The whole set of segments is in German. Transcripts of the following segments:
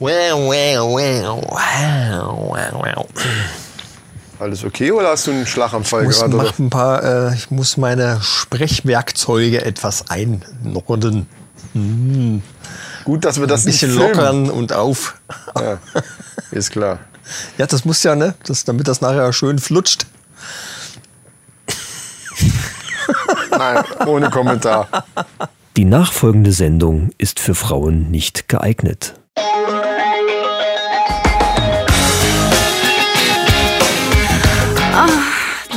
Wow, wow, wow, wow, wow. Alles okay oder hast du einen Schlaganfall muss, gerade? mach ein paar, äh, ich muss meine Sprechwerkzeuge etwas einnorden. Gut, dass wir das Ein bisschen nicht filmen. lockern und auf. Ja, ist klar. Ja, das muss ja, ne? Das, damit das nachher schön flutscht. Nein, ohne Kommentar. Die nachfolgende Sendung ist für Frauen nicht geeignet.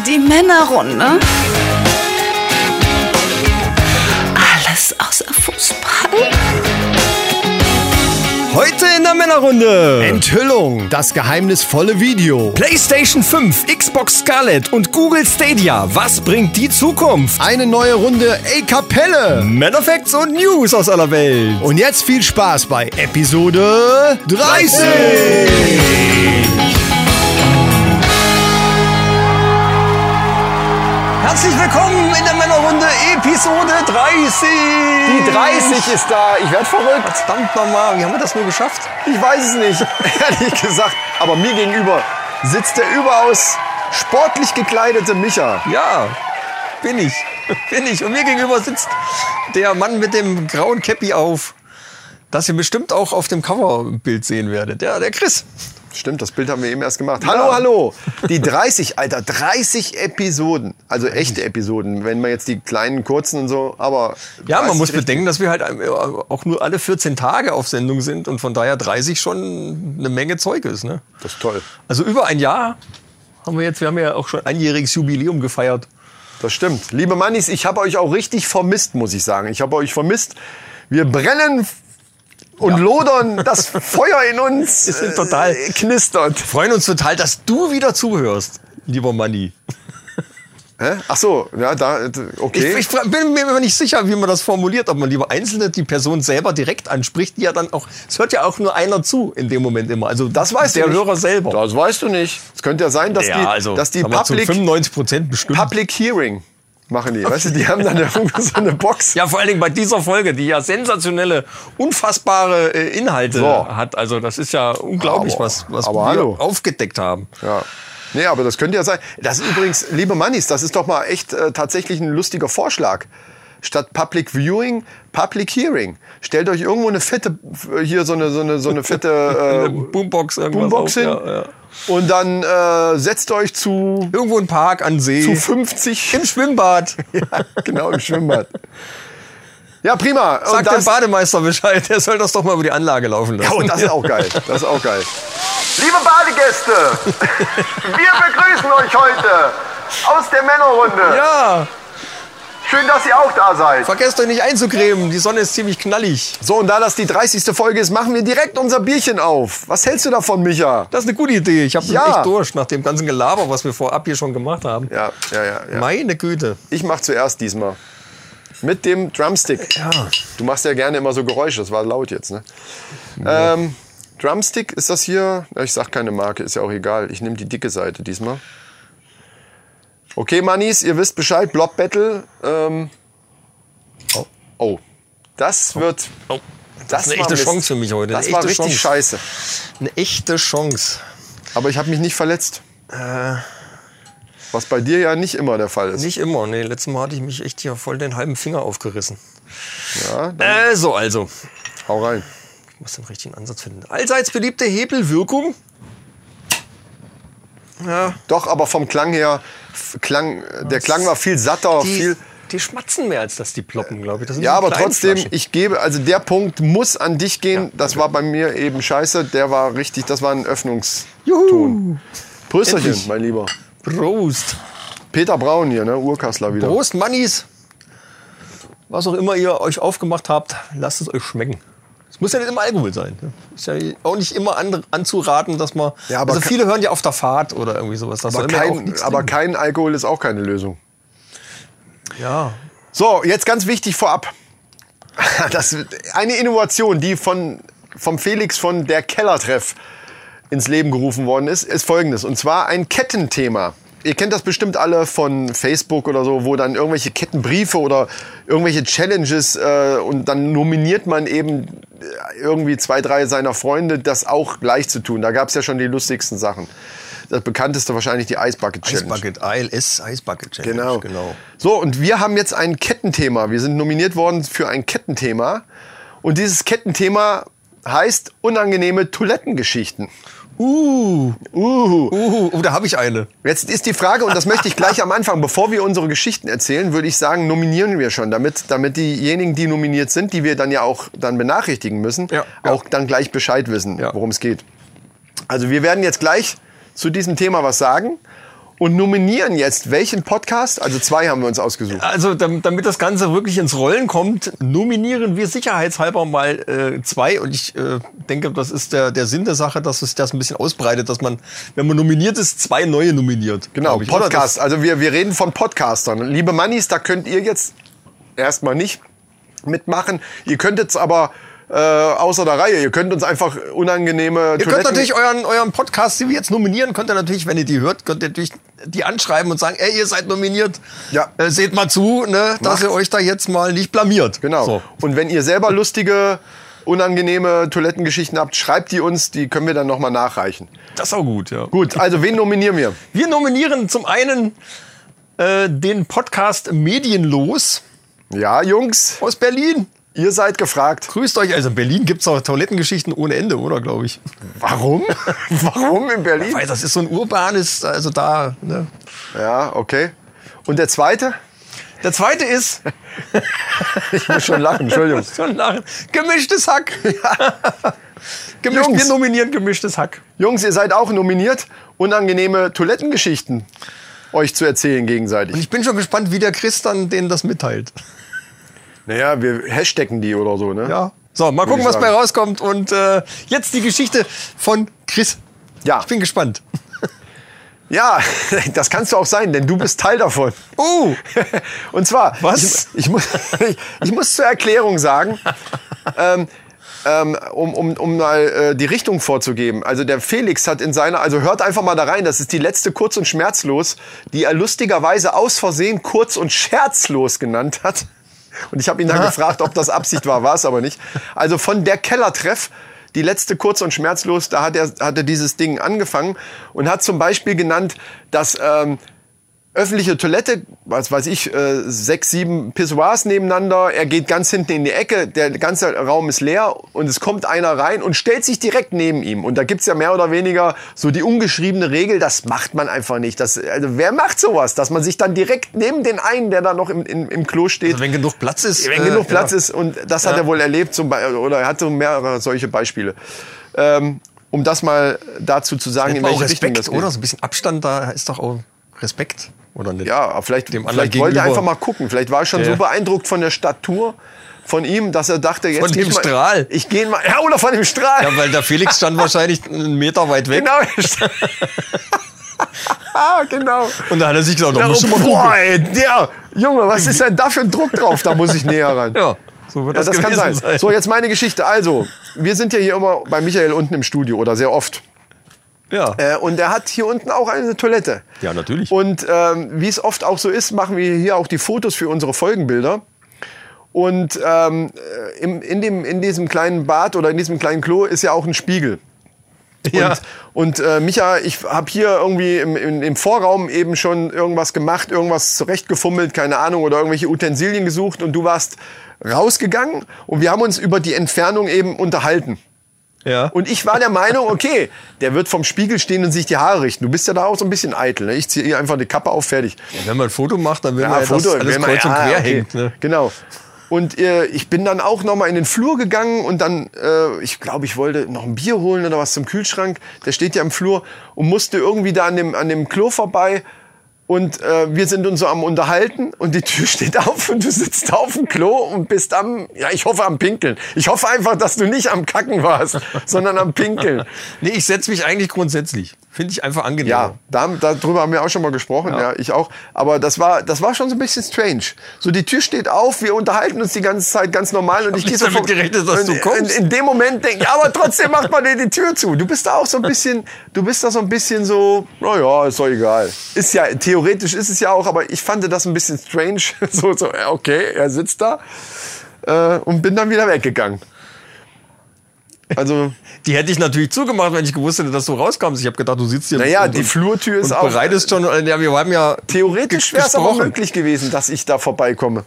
Die Männerrunde. Alles außer Fußball. Heute in der Männerrunde. Enthüllung, das geheimnisvolle Video. PlayStation 5, Xbox Scarlett und Google Stadia. Was bringt die Zukunft? Eine neue Runde A Kapelle. Männerfacts und News aus aller Welt. Und jetzt viel Spaß bei Episode 30. Herzlich willkommen in der Männerrunde Episode 30. Die 30 ist da. Ich werde verrückt. Verdammt nochmal, wie haben wir das nur geschafft? Ich weiß es nicht, ehrlich gesagt. Aber mir gegenüber sitzt der überaus sportlich gekleidete Micha. Ja, bin ich. Bin ich. Und mir gegenüber sitzt der Mann mit dem grauen Käppi auf, das ihr bestimmt auch auf dem Coverbild sehen werdet. Ja, der Chris. Stimmt, das Bild haben wir eben erst gemacht. Hallo, hallo. Die 30, Alter, 30 Episoden. Also echte Episoden, wenn man jetzt die kleinen, kurzen und so, aber... Ja, man 30 muss richtig- bedenken, dass wir halt auch nur alle 14 Tage auf Sendung sind und von daher 30 schon eine Menge Zeug ist. Ne? Das ist toll. Also über ein Jahr haben wir jetzt, wir haben ja auch schon einjähriges Jubiläum gefeiert. Das stimmt. Liebe Mannis, ich habe euch auch richtig vermisst, muss ich sagen. Ich habe euch vermisst. Wir brennen und lodern. Das Feuer in uns Wir sind total- äh, knistert. Freuen uns total, dass du wieder zuhörst, lieber Manni. Hä? Ach so, ja, da, äh, okay. Ich, ich fra- bin mir immer nicht sicher, wie man das formuliert, ob man lieber einzelne die Person selber direkt anspricht, die ja dann auch, es hört ja auch nur einer zu in dem Moment immer. Also das weiß der du nicht. Hörer selber. das weißt du nicht. Es könnte ja also, sein, dass die, dass die kann man also, zu Public, 95 Prozent bestimmt. Public Hearing machen die. Weißt du, die haben dann irgendwo so eine Box. ja, vor allen Dingen bei dieser Folge, die ja sensationelle, unfassbare äh, Inhalte So. hat. Also das ist ja unglaublich, Aber- was, was aber wir hallo. aufgedeckt haben. Ja. Nee, aber das könnte ja sein. Das ist übrigens, liebe Mannis, das ist doch mal echt äh, tatsächlich ein lustiger Vorschlag. Statt Public Viewing, Public Hearing. Stellt euch irgendwo eine fette, äh, hier so eine, so eine, so eine fette Eine äh, Boombox, irgendwas Boombox auf, hin. ja, ja. Und dann äh, setzt euch zu, Irgendwo im Park, an See, zu 50. im Schwimmbad. ja, genau, im Schwimmbad. Ja, prima. Und Sagt dem das- Bademeister Bescheid, der soll das doch mal über die Anlage laufen lassen. Ja, und Oh, das ist auch geil. Das ist auch geil. Liebe Badegäste, wir begrüßen euch heute aus der Männerrunde. Ja, Schön, dass ihr auch da seid. vergesst euch nicht einzucremen, die Sonne ist ziemlich knallig. So, und da das die 30. Folge ist, machen wir direkt unser Bierchen auf. Was hältst du davon, Micha? Das ist eine gute Idee. Ich habe Ja. echt durch nach dem ganzen Gelaber, was wir vorab hier schon gemacht haben. Ja, ja, ja. ja. Meine Güte. Ich mach zuerst diesmal. Mit dem Drumstick. Du machst ja gerne immer so Geräusche, das war laut jetzt, ne? Ähm, Drumstick ist das hier. Ja, Ich sag keine Marke, ist ja auch egal. Ich nehme die dicke Seite diesmal. Okay, Mannis, ihr wisst Bescheid, Blob Battle. Ähm, oh. Das wird. Oh, Das, ist eine war echte Mist. Chance für mich heute, eine Das war echte Chance. richtig scheiße. Eine echte Chance. Aber ich habe mich nicht verletzt. Was bei dir ja nicht immer der Fall ist. Nicht immer. Nee, letztes Mal hatte ich mich echt hier voll den halben Finger aufgerissen. Ja, dann Äh, so, also. hau rein. Ich muss den richtigen Ansatz finden. Allseits beliebte Hebelwirkung. Ja, Doch, aber vom Klang her, f- Klang, der Klang war viel satter, die, Oh, viel. die schmatzen mehr, als dass die ploppen, glaube ich. Das sind Ja, so aber kleine trotzdem, Flaschen. ich gebe, also der Punkt muss an dich gehen. das war bei mir eben scheiße. Der war richtig, das war ein Öffnungston. Prösterchen, Endlich. mein Lieber. Prost. Peter Braun hier, ne? Urkassler wieder. Prost, Mannis. Was auch immer ihr euch aufgemacht habt, lasst es euch schmecken. Es muss ja nicht immer Alkohol sein. ne? Ist ja auch nicht immer an, anzuraten, dass man. Ja, aber also ke- viele hören ja auf der Fahrt oder irgendwie sowas. Das Aber soll man ja auch kein, nichts aber trinken. kein Alkohol ist auch keine Lösung. Ja. So, jetzt ganz wichtig vorab. Das, eine Innovation, die von, vom Felix von der Kellertreff ins Leben gerufen worden ist, ist folgendes. Und zwar ein Kettenthema. ihr kennt das bestimmt alle von Facebook oder so, wo dann irgendwelche Kettenbriefe oder irgendwelche Challenges äh, und dann nominiert man eben äh, irgendwie zwei, drei seiner Freunde, das auch gleich zu tun. Da gab es ja schon die lustigsten Sachen. Das bekannteste wahrscheinlich die Ice Bucket Challenge. Eisbucket, ILS Eisbucket Challenge. Genau. genau. So, und wir haben jetzt ein Kettenthema. Wir sind nominiert worden für ein Kettenthema. Und dieses Kettenthema heißt unangenehme Toilettengeschichten. Uh, Uhu. uh, uh, da habe ich eine. Jetzt ist die Frage, und das möchte ich gleich am Anfang, bevor wir unsere Geschichten erzählen, würde ich sagen, nominieren wir schon, damit, damit diejenigen, die nominiert sind, die wir dann ja auch dann benachrichtigen müssen, Ja, ja. auch dann gleich Bescheid wissen, Ja. worum es geht. Also wir werden jetzt gleich zu diesem Thema was sagen und nominieren jetzt welchen Podcast, also zwei haben wir uns ausgesucht. Also dam- damit das Ganze wirklich ins Rollen kommt, nominieren wir sicherheitshalber mal äh, zwei. Und ich äh, denke, das ist der, der Sinn der Sache, dass es das ein bisschen ausbreitet, dass man, wenn man nominiert ist, zwei neue nominiert. Genau, glaub ich, oder? Podcast. Also wir, wir reden von Podcastern. Liebe Mannis, da könnt ihr jetzt erstmal nicht mitmachen. Ihr könnt jetzt aber äh, außer der Reihe, ihr könnt uns einfach unangenehme Ihr könnt natürlich euren, euren Podcast, den wir jetzt nominieren, könnt ihr natürlich, wenn ihr die hört, könnt ihr natürlich die anschreiben und sagen, ey, ihr seid nominiert. Ja. Äh, seht mal zu, ne, dass Macht's. ihr euch da jetzt mal nicht blamiert. Genau. So. Und wenn ihr selber lustige, unangenehme Toilettengeschichten habt, schreibt die uns, die können wir dann nochmal nachreichen. Das ist auch gut, ja. Gut, also wen nominieren wir? Wir nominieren zum einen äh, den Podcast Medienlos Ja, Jungs, aus Berlin. ihr seid gefragt. Grüßt euch. Also in Berlin gibt es auch Toilettengeschichten ohne Ende, oder glaube ich? Warum? Warum in Berlin? Weil das ist so ein urbanes, also da. Ne? Ja, okay. Und der zweite? Der zweite ist, Ich muss schon lachen, Entschuldigung. schon lachen, gemischtes Hack. Gemischt, Jungs. wir nominieren gemischtes Hack. Jungs, ihr seid auch nominiert, unangenehme Toilettengeschichten euch zu erzählen Und gegenseitig. ich bin schon gespannt, wie der Chris dann denen das mitteilt. Naja, wir hashtaggen die oder so, ne? Ja. So, mal gucken, ich was sagen. bei rauskommt. Und äh, jetzt die Geschichte von Chris. Ja. Ich bin gespannt. Ja, das kannst du auch sein, denn du bist Teil davon. Oh, Und zwar, Was? Ich, ich, muss, ich, ich muss zur Erklärung sagen, ähm, ähm, um, um, um mal äh, die Richtung vorzugeben. Also der Felix hat in seiner, also hört einfach mal da rein, das ist die letzte kurz und schmerzlos, die er lustigerweise aus Versehen kurz und scherzlos genannt hat. Und ich habe ihn dann gefragt, ob das Absicht war, war es aber nicht. Also von der Kellertreff, die letzte kurz und schmerzlos, da hat er, hat er dieses Ding angefangen und hat zum Beispiel genannt, dass ähm, öffentliche Toilette, was weiß ich, äh, sechs, sieben Pissoirs nebeneinander. Er geht ganz hinten in die Ecke, der ganze Raum ist leer und es kommt einer rein und stellt sich direkt neben ihm. Und da gibt's ja mehr oder weniger so die ungeschriebene Regel, das macht man einfach nicht. Das, also wer macht sowas, dass man sich dann direkt neben den einen, der da noch im, im, im Klo steht, Also wenn äh, genug Platz ist. wenn genug Platz ist und das hat er wohl erlebt zum Be oder er hatte mehrere solche Beispiele. Ähm, um das mal dazu zu sagen, in welche Richtung das Respekt, geht. oder? So ein bisschen Abstand, da ist doch auch Respekt, oder nicht? Ja, aber vielleicht, Dem anderen vielleicht wollte er gegenüber. einfach mal gucken. Vielleicht war ich schon Ja. so beeindruckt von der Statur von ihm, dass er dachte, jetzt Von geh dem ich mal, Strahl. Ich gehe mal. Ja, oder von dem Strahl. Ja, weil der Felix stand wahrscheinlich einen Meter weit weg. genau. ah, genau. Und da hat er sich gesagt, da Ja, oh, musst du mal boah, gucken. ey, der, Junge, was ist denn da für ein Druck drauf? Da muss ich näher ran. Ja, so wird Ja, das kann gewesen sein. So, jetzt meine Geschichte. Also, wir sind ja hier immer bei Michael unten im Studio oder sehr oft. ja. Äh, und er hat hier unten auch eine Toilette. Ja, natürlich. Und ähm, wie es oft auch so ist, machen wir hier auch die Fotos für unsere Folgenbilder. Und ähm, äh, im, in, dem, in diesem kleinen Bad oder in diesem kleinen Klo ist ja auch ein Spiegel. Ja. Und, und äh, Micha, ich habe hier irgendwie im, im, im Vorraum eben schon irgendwas gemacht, irgendwas zurechtgefummelt, keine Ahnung, oder irgendwelche Utensilien gesucht und du warst rausgegangen und wir haben uns über die Entfernung eben unterhalten. ja. Und ich war der Meinung, okay, der wird vom Spiegel stehen und sich die Haare richten. Du bist ja da auch so ein bisschen eitel. Ne? Ich ziehe ihr einfach die Kappe auf, fertig. wenn man ein Foto macht, dann will Ja, man ja, Foto, dass alles wenn man- kreuz und ja, quer okay. hängt. Ne? Genau. Und äh, ich bin dann auch nochmal in den Flur gegangen und dann, äh, ich glaube, ich wollte noch ein Bier holen oder was zum Kühlschrank. Der steht ja im Flur und musste irgendwie da an dem, an dem Klo vorbei. Und äh, wir sind uns so am Unterhalten und die Tür steht auf und du sitzt auf dem Klo und bist am, ja, ich hoffe am Pinkeln. Ich hoffe einfach, dass du nicht am Kacken warst, sondern am Pinkeln. Nee, ich setze mich eigentlich grundsätzlich. Finde ich einfach angenehm. Ja, da, haben- darüber haben wir auch schon mal gesprochen, ja. ich auch. Aber das war, das war schon so ein bisschen strange. So, die Tür steht auf, wir unterhalten uns die ganze Zeit ganz normal und ich, nicht gehe so damit vor- gerechnet, dass und, du kommst. und In, dem Moment denke ich, aber trotzdem macht man dir die Tür zu. Du bist da auch so ein bisschen, du bist da so ein bisschen so, naja, ist doch egal. Ist ja, theoretisch ist es ja auch, aber ich fand das ein bisschen strange. So, so, ja, okay, er sitzt da. Äh, und bin dann wieder weggegangen. Also, Die hätte ich natürlich zugemacht, wenn ich gewusst hätte, dass du rauskommst. Ich habe gedacht, du sitzt hier. naja, und- die und- Flurtür ist und auch. bereitest schon. Ja, wir haben ja Theoretisch ge- wäre es aber gesprochen. möglich gewesen, dass ich da vorbeikomme.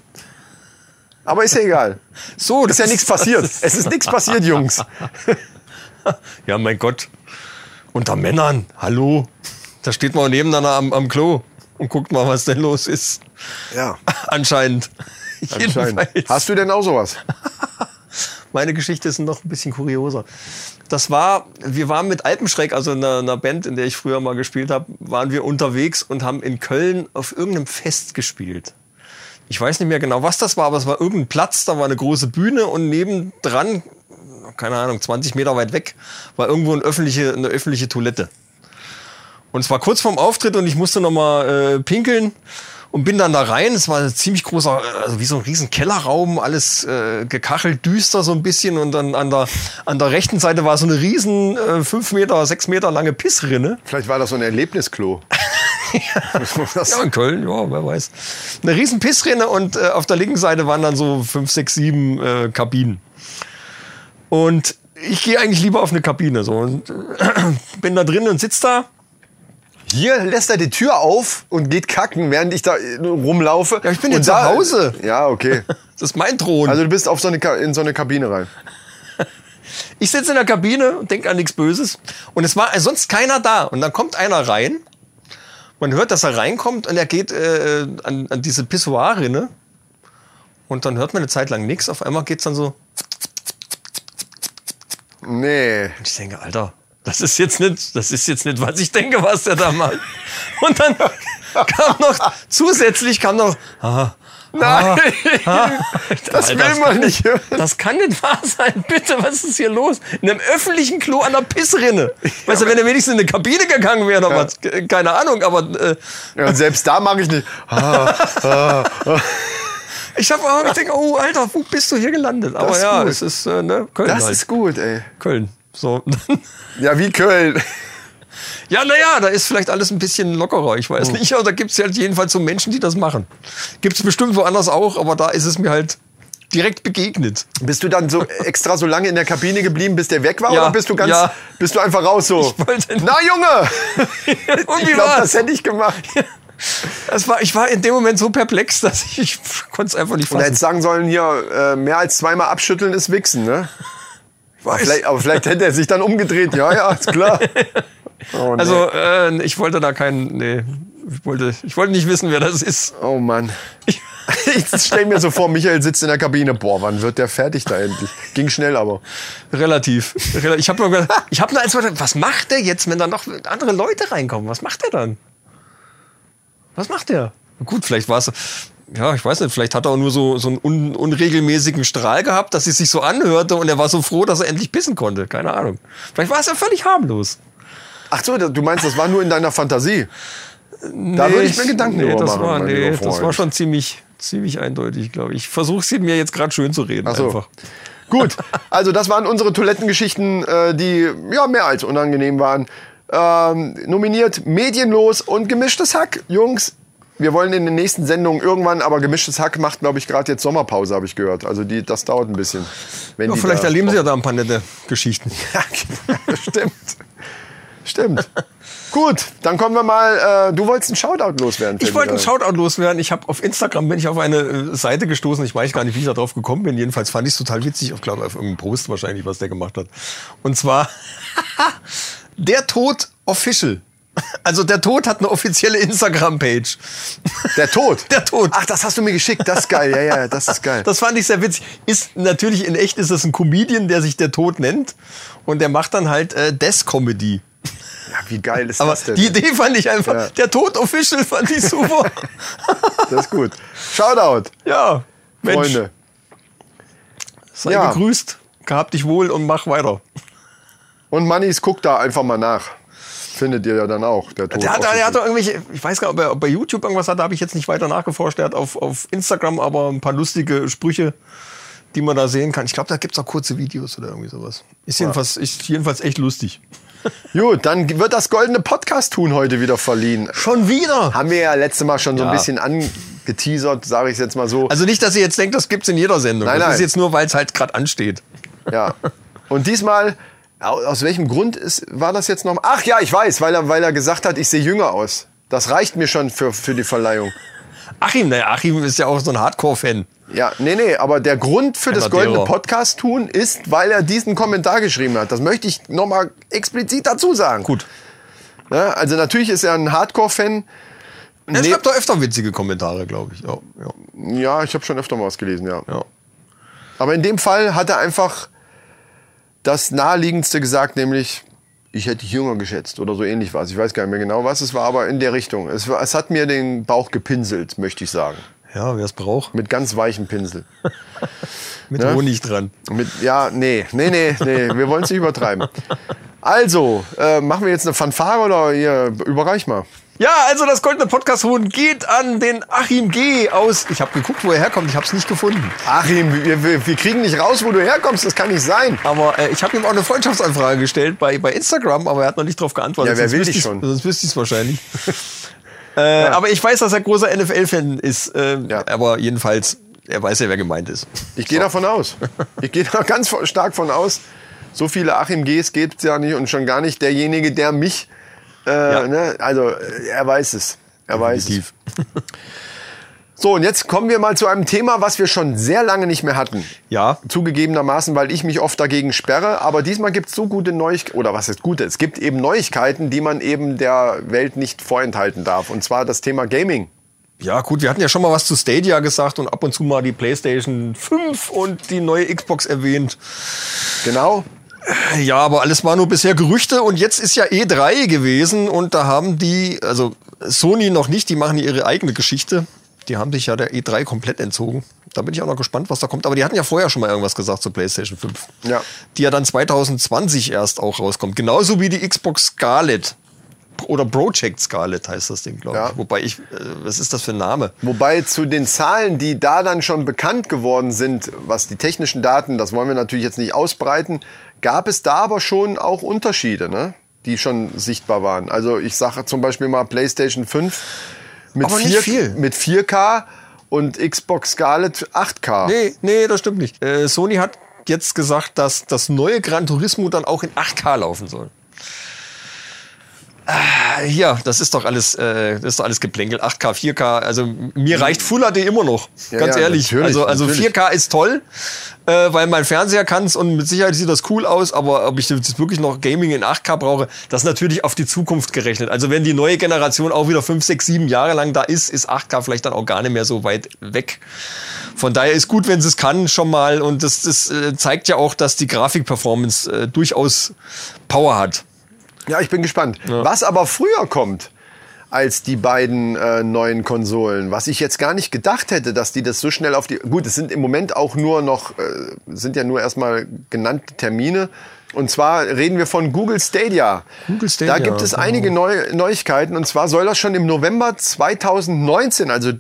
Aber ist ja egal. So, Ist ja nichts passiert. Es ist nichts passiert, Jungs. Ja, mein Gott. Unter Männern. Hallo. Da steht man nebeneinander am, am Klo und guckt mal, was denn los ist. Ja. Anscheinend. Anscheinend. Jedenfalls. Hast du denn auch sowas? Meine Geschichte ist noch ein bisschen kurioser. Das war, wir waren mit Alpenschreck, also einer, einer Band, in der ich früher mal gespielt habe, waren wir unterwegs und haben in Köln auf irgendeinem Fest gespielt. Ich weiß nicht mehr genau, was das war, aber es war irgendein Platz, da war eine große Bühne und nebendran, keine Ahnung, 20 Meter weit weg, war irgendwo eine öffentliche, eine öffentliche Toilette. Und es war kurz vorm Auftritt und ich musste nochmal äh, pinkeln und bin dann da rein. Es war ein ziemlich großer, äh, also wie so ein riesen Kellerraum, alles äh, gekachelt, düster so ein bisschen. Und dann an der, an der rechten Seite war so eine riesen äh, fünf Meter, sechs Meter lange Pissrinne. Vielleicht war das so ein Erlebnisklo. Das- Ja, in Köln, ja, wer weiß. Eine riesen Pissrinne und äh, auf der linken Seite waren dann so fünf, sechs, sieben äh, Kabinen. Und ich gehe eigentlich lieber auf eine Kabine. So. Und, äh, bin da drin und sitz da. Hier lässt er die Tür auf und geht kacken, während ich da äh, rumlaufe. Ja, ich bin ja und zu Hause. Ja, okay. Das ist mein Thron. Also du bist auf so eine Ka in so eine Kabine rein. Ich sitze in der Kabine und denke an nichts Böses. Und es war sonst keiner da. Und dann kommt einer rein. Man hört, dass er reinkommt und er geht äh, an, an diese Pissoir-Rinne. Und dann hört man eine Zeit lang nichts. Auf einmal geht's dann so. Nee. Und ich denke, Alter, das ist jetzt nicht, das ist jetzt nicht, was ich denke, was der da macht. Und dann kam noch, zusätzlich kam noch. Ah, Nein, das Alter, will man nicht hören. Das kann nicht wahr sein. Bitte, was ist hier los? In einem öffentlichen Klo an der Pissrinne. Weißt du, wenn er wenigstens in eine Kabine gegangen wäre oder Ja. was? Ke- Keine Ahnung, aber äh, Ja, und selbst da mache ich nicht. Ah, ich habe auch gedacht, oh Alter, wo bist du hier gelandet? Aber Das ist ja, gut. es ist äh, ne, Köln Das halt. ist gut, ey. Köln. So. Ja, wie Köln. ja, naja, da ist vielleicht alles ein bisschen lockerer, ich Oh. weiß nicht. Aber da gibt es halt jedenfalls so Menschen, die das machen. Gibt es bestimmt woanders auch, aber da ist es mir halt direkt begegnet. Bist du dann so extra so lange in der Kabine geblieben, bis der weg war? Ja, oder bist du ganz, ja. bist du einfach raus so? Ich wollte nicht. Na Junge! Und ich wie glaube, war's? das hätte ich gemacht. Das war, ich war in dem Moment so perplex, dass ich, ich konnte es einfach nicht Und fassen. hätte sagen sollen, hier, äh, mehr als zweimal abschütteln ist Wichsen, ne? Aber vielleicht, aber vielleicht hätte er sich dann umgedreht. Ja, ja, ist klar. Oh, nee. Also, äh, ich wollte da keinen. Nee, ich wollte, ich wollte nicht wissen, wer das ist. oh Mann. Ich- Ich stell mir so vor, Michael sitzt in der Kabine. Boah, wann wird der fertig da endlich? Ging schnell aber. Relativ. Rel- Ich habe nur gedacht, ich habe nur als was macht der jetzt, wenn da noch andere Leute reinkommen? Was macht der dann? Was macht der? Gut, vielleicht war es. Ja, ich weiß nicht, vielleicht hat er auch nur so, so einen un, unregelmäßigen Strahl gehabt, dass es sich so anhörte und er war so froh, dass er endlich pissen konnte. Keine Ahnung. Vielleicht war es ja völlig harmlos. Ach so, du meinst, das war nur in deiner Fantasie? Da Nee, würde ich mir Gedanken nee, drüber das machen. War, mein nee, lieber das Freund. war schon ziemlich, ziemlich eindeutig, glaube ich. Ich versuche sie mir jetzt gerade schön zu reden. Ach so. Einfach. Gut, also das waren unsere Toilettengeschichten, äh, die ja mehr als unangenehm waren. Ähm, nominiert Medienlos und Gemischtes Hack. Jungs, wir wollen in den nächsten Sendungen irgendwann, aber Gemischtes Hack macht, glaube ich, gerade jetzt Sommerpause, habe ich gehört. Also die, das dauert ein bisschen. Wenn Ja, die vielleicht da erleben Sie ja da genau. ein paar nette Geschichten. Stimmt. Stimmt. Gut, dann kommen wir mal. Äh, du wolltest einen Shoutout loswerden. Ich fällt wollte mir einen ein. Shoutout loswerden. Ich habe auf Instagram bin ich auf eine äh, Seite gestoßen. Ich weiß gar nicht, wie ich da drauf gekommen bin. Jedenfalls fand ich es total witzig. Ich glaube, auf irgendeinem Post wahrscheinlich, was der gemacht hat. Und zwar der Tod Official. Also der Tod hat eine offizielle Instagram-Page. Der Tod. Der Tod. Ach, das hast du mir geschickt. Das ist geil. Ja, ja, das ist geil. Das fand ich sehr witzig. Ist natürlich in echt ist das ein Comedian, der sich der Tod nennt und der macht dann halt äh, Death Comedy. Wie geil ist Aber das denn? die Idee fand ich einfach, Ja. der Tod Official fand ich super. das ist gut. Shoutout, ja, Mensch, Freunde. sei Ja. gegrüßt, gehabt dich wohl und mach weiter. Und Mannis, guckt da einfach mal nach. Findet ihr ja dann auch. Der, Tod Der hat, der offiziell. hat doch irgendwelche, ich weiß gar nicht, ob er, ob er YouTube irgendwas hat, da habe ich jetzt nicht weiter nachgeforscht. Der hat auf, auf Instagram aber ein paar lustige Sprüche, die man da sehen kann. Ich glaube, da gibt's auch kurze Videos oder irgendwie sowas. Ist jedenfalls, ist jedenfalls echt lustig. Gut, dann wird das goldene Podcast-Tun heute wieder verliehen. Schon wieder! Haben wir ja letztes Mal schon so ein Ja. bisschen angeteasert, sage ich jetzt mal so. Also nicht, dass ihr jetzt denkt, das gibt's in jeder Sendung. Nein, das nein. ist jetzt nur, weil es halt gerade ansteht. ja. Und diesmal, au- aus welchem Grund ist, war das jetzt noch? Ach ja, ich weiß, weil er, weil er gesagt hat, ich sehe jünger aus. Das reicht mir schon für, für die Verleihung. Achim, naja, Achim ist ja auch so ein Hardcore-Fan. Ja, nee, nee, aber der Grund für das Amateure. goldene Podcast tun ist, weil er diesen Kommentar geschrieben hat. Das möchte ich nochmal explizit dazu sagen. Gut. Ja, also natürlich ist er ein Hardcore-Fan. Er Nee. schreibt doch öfter witzige Kommentare, glaube ich. Ja, ja, Ja, ich habe schon öfter mal was gelesen, ja. ja. Aber in dem Fall hat er einfach das Naheliegendste gesagt, nämlich ich hätte dich jünger geschätzt oder so ähnlich war es. Ich weiß gar nicht mehr genau, was es war, aber in der Richtung. Es, war, es hat mir den Bauch gepinselt, möchte ich sagen. ja wer es braucht, Mit ganz weichem Pinsel. mit Ne? Honig dran. Mit, ja, nee, nee, nee, nee, wir wollen es nicht übertreiben. Also, äh, machen wir jetzt eine Fanfare oder ihr überreich mal? Ja, also das goldene Podcast-Huhn geht an den Achim G. aus. Ich habe geguckt, wo er herkommt, ich habe es nicht gefunden. Achim, wir, wir, wir kriegen nicht raus, wo du herkommst, das kann nicht sein. Aber äh, ich habe ihm auch eine Freundschaftsanfrage gestellt bei, bei Instagram, aber er hat noch nicht darauf geantwortet. Ja, wer Sonst will wüsste dich ich's- schon? Sonst wüsste ich es wahrscheinlich. äh, Aber ich weiß, dass er großer NFL-Fan ist. Äh, Ja. Aber jedenfalls, er weiß ja, wer gemeint ist. Ich gehe davon aus. Ich gehe da ganz vo- stark von aus. So viele Achim Gs gibt es ja nicht und schon gar nicht derjenige, der mich. Äh, ne, also, äh, er weiß es. Er Definitiv. weiß es. So, und jetzt kommen wir mal zu einem Thema, was wir schon sehr lange nicht mehr hatten. Ja. Zugegebenermaßen, weil ich mich oft dagegen sperre. Aber diesmal gibt es so gute Neuigkeiten, oder was ist gute? Es gibt eben Neuigkeiten, die man eben der Welt nicht vorenthalten darf. Und zwar das Thema Gaming. Ja, gut, wir hatten ja schon mal was zu Stadia gesagt und ab und zu mal die PlayStation 5 und die neue Xbox erwähnt. Genau. Ja, aber alles war nur bisher Gerüchte und jetzt ist ja E3 gewesen und da haben die, also Sony noch nicht, die machen ihre eigene Geschichte. Die haben sich ja der E3 komplett entzogen. Da bin ich auch noch gespannt, was da kommt. Aber die hatten ja vorher schon mal irgendwas gesagt zur PlayStation 5. Ja. Die ja dann 2020 erst auch rauskommt. Genauso wie die Xbox Scarlett. Oder Project Scarlett heißt das Ding, glaube ich. Ja. Wobei ich, äh, was ist das für ein Name? Wobei zu den Zahlen, die da dann schon bekannt geworden sind, was die technischen Daten, das wollen wir natürlich jetzt nicht ausbreiten, gab es da aber schon auch Unterschiede, ne? die schon sichtbar waren. Also ich sage zum Beispiel mal PlayStation 5 mit, Aber nicht viel. mit 4K und Xbox Scarlett 8K. Nee, nee, das stimmt nicht. Äh, Sony hat jetzt gesagt, dass das neue Gran Turismo dann auch in 8K laufen soll. Ah, Ja, das ist doch alles, äh, das ist doch alles Geplänkel. 8K, 4K, also mir reicht Full HD immer noch. Hm. Ja, ganz ja, ehrlich. natürlich, also also natürlich. 4K ist toll, äh, weil mein Fernseher kann's und mit Sicherheit sieht das cool aus, aber ob ich jetzt wirklich noch Gaming in 8K brauche, das ist natürlich auf die Zukunft gerechnet. Also wenn die neue Generation auch wieder 5, 6, 7 Jahre lang da ist, ist 8K vielleicht dann auch gar nicht mehr so weit weg. Von daher ist gut, wenn sie es kann schon mal. Und das, das äh, zeigt ja auch, dass die Grafikperformance äh, durchaus Power hat. Ja, ich bin gespannt. Was aber früher kommt als die beiden äh, neuen Konsolen, was ich jetzt gar nicht gedacht hätte, dass die das so schnell auf die. Gut, es sind im Moment auch nur noch, äh, sind ja nur erstmal genannte Termine. Und zwar reden wir von Google Stadia. Google Stadia, Da gibt es genau. einige Neu Neuigkeiten. Und zwar soll das schon im November 2019, also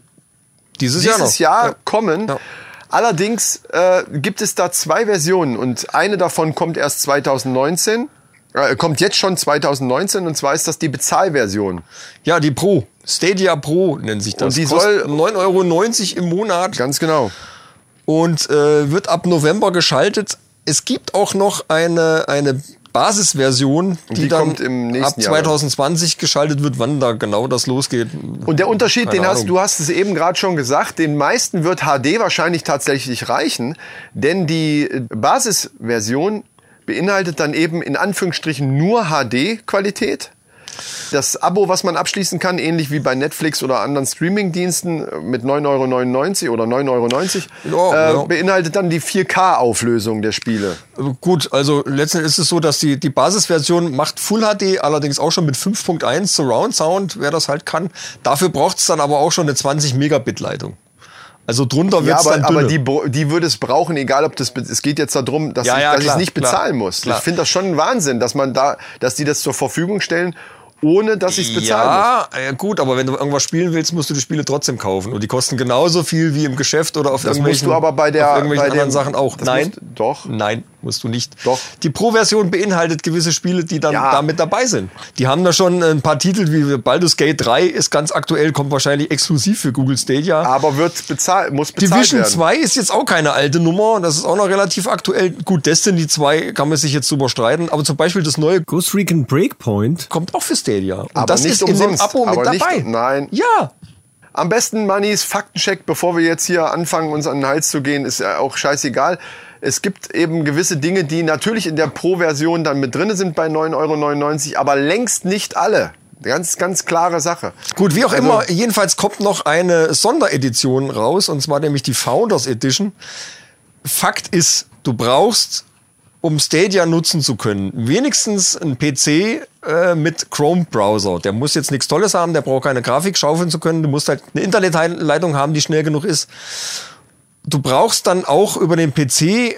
Dieses, dieses Jahr. Jahr kommen. Ja. Allerdings äh, gibt es da zwei Versionen und eine davon kommt erst 2019, äh, kommt jetzt schon 2019 und zwar ist das die Bezahlversion. noch. Ja, die Pro. Stadia Pro nennt sich das. Und die Kostet soll- 9,90 Euro im Monat. Ganz genau. und äh, wird ab November geschaltet. Es gibt auch noch eine, eine Basisversion, die, die dann kommt im nächsten ab Jahr. 2020 geschaltet wird, wann da genau das losgeht. Und der Unterschied, Keine den hast Ahnung. du hast es eben gerade schon gesagt, den meisten wird HD wahrscheinlich tatsächlich reichen, denn die äh, Basisversion beinhaltet dann eben in Anführungsstrichen nur HD Qualität. das Abo, was man abschließen kann, ähnlich wie bei Netflix oder anderen Streamingdiensten äh, mit 9,99 Euro oder 9,90 Euro, Ja, äh, ja. beinhaltet dann die 4K-Auflösung der Spiele. Äh, Gut, also letztendlich ist es so, dass die, die Basisversion macht Full HD, allerdings auch schon mit 5.1 Surround Sound, wer das halt kann. Dafür braucht es dann aber auch schon eine 20 Megabit Leitung. Also drunter Ja, wird's aber, dann dünne. aber die, br- die würde es brauchen, egal ob das, be- es geht jetzt darum, dass Ja, ich ja, dass ich es klar, nicht klar, bezahlen muss. klar. Ich finde das schon ein Wahnsinn, dass man da, dass die das zur Verfügung stellen, ohne dass ich es bezahlen muss. ja, äh, gut, aber wenn du irgendwas spielen willst, musst du die Spiele trotzdem kaufen. Und die kosten genauso viel wie im Geschäft oder auf Das irgendwelchen, musst du aber bei der- auf irgendwelchen bei dem- anderen Sachen auch. das Nein. musst- doch. Nein, musst du nicht. Doch. Die Pro-Version beinhaltet gewisse Spiele, die dann Ja. damit dabei sind. Die haben da schon ein paar Titel wie Baldur's Gate 3 ist ganz aktuell, kommt wahrscheinlich exklusiv für Google Stadia. Aber wird bezahlt, muss bezahlt Division werden. 2 ist jetzt auch keine alte Nummer, das ist auch noch relativ aktuell. Gut, Destiny 2 kann man sich jetzt drüber streiten, aber zum Beispiel das neue Ghost Recon Breakpoint. kommt auch für Stadia. Und Aber das nicht ist in dem umsonst, Abo mit aber nicht- dabei. nein. Ja, Am besten, Mannis, Faktencheck, bevor wir jetzt hier anfangen, uns an den Hals zu gehen, ist ja auch scheißegal. Es gibt eben gewisse Dinge, die natürlich in der Pro-Version dann mit drin sind bei 9,99 Euro, aber längst nicht alle. Ganz, ganz klare Sache. Gut, wie auch Also- immer, jedenfalls kommt noch eine Sonderedition raus, und zwar nämlich die Founders Edition. Fakt ist, du brauchst, um Stadia nutzen zu können, wenigstens einen PC äh, mit Chrome-Browser. Der muss jetzt nichts Tolles haben, der braucht keine Grafik schaufeln zu können, du musst halt eine Internetleitung haben, die schnell genug ist. Du brauchst dann auch über den PC,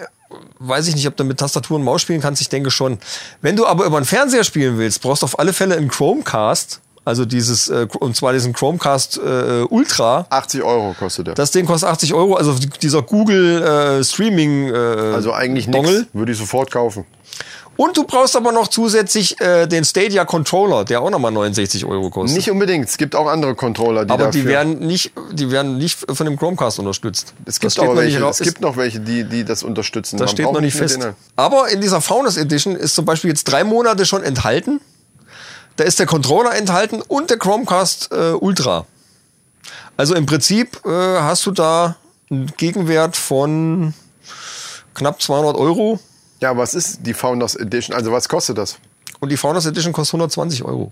weiß ich nicht, ob du mit Tastatur und Maus spielen kannst, ich denke schon. Wenn du aber über einen Fernseher spielen willst, brauchst du auf alle Fälle einen Chromecast, also dieses, äh, und zwar diesen Chromecast äh, Ultra. 80 Euro kostet der. Das Ding kostet 80 Euro, also dieser Google äh, Streaming. Äh, also eigentlich Dongel. nichts. Würde ich sofort kaufen. Und du brauchst aber noch zusätzlich äh, den Stadia Controller, der auch nochmal 69 Euro kostet. Nicht unbedingt. Es gibt auch andere Controller, die aber dafür... die werden nicht, die werden nicht von dem Chromecast unterstützt. es Das gibt steht auch noch nicht welche, raus. es gibt noch welche, die, die das unterstützen. Das Man steht braucht noch nicht mit fest. denen- Aber in dieser Faunus Edition ist zum Beispiel jetzt drei Monate schon enthalten. Da ist der Controller enthalten und der Chromecast äh, Ultra. Also im Prinzip äh, hast du da einen Gegenwert von knapp 200 Euro Ja, was ist die Founders Edition? Also was kostet das? und die Faunus Edition kostet 120 Euro.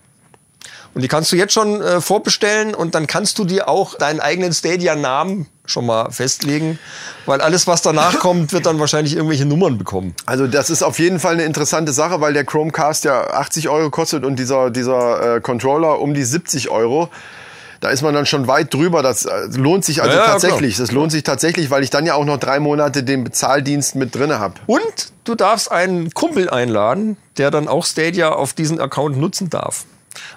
Und die kannst du jetzt schon äh, vorbestellen und dann kannst du dir auch deinen eigenen Stadia-Namen schon mal festlegen, weil alles, was danach kommt, wird dann wahrscheinlich irgendwelche Nummern bekommen. Also das ist auf jeden Fall eine interessante Sache, weil der Chromecast ja 80 Euro kostet und dieser, dieser äh, Controller um die 70 Euro. Da ist man dann schon weit drüber. Das äh, lohnt sich also Ja, ja, tatsächlich. Das lohnt sich tatsächlich, weil ich dann ja auch noch drei Monate den Bezahldienst mit drinne habe. Und du darfst einen Kumpel einladen, der dann auch Stadia auf diesen Account nutzen darf.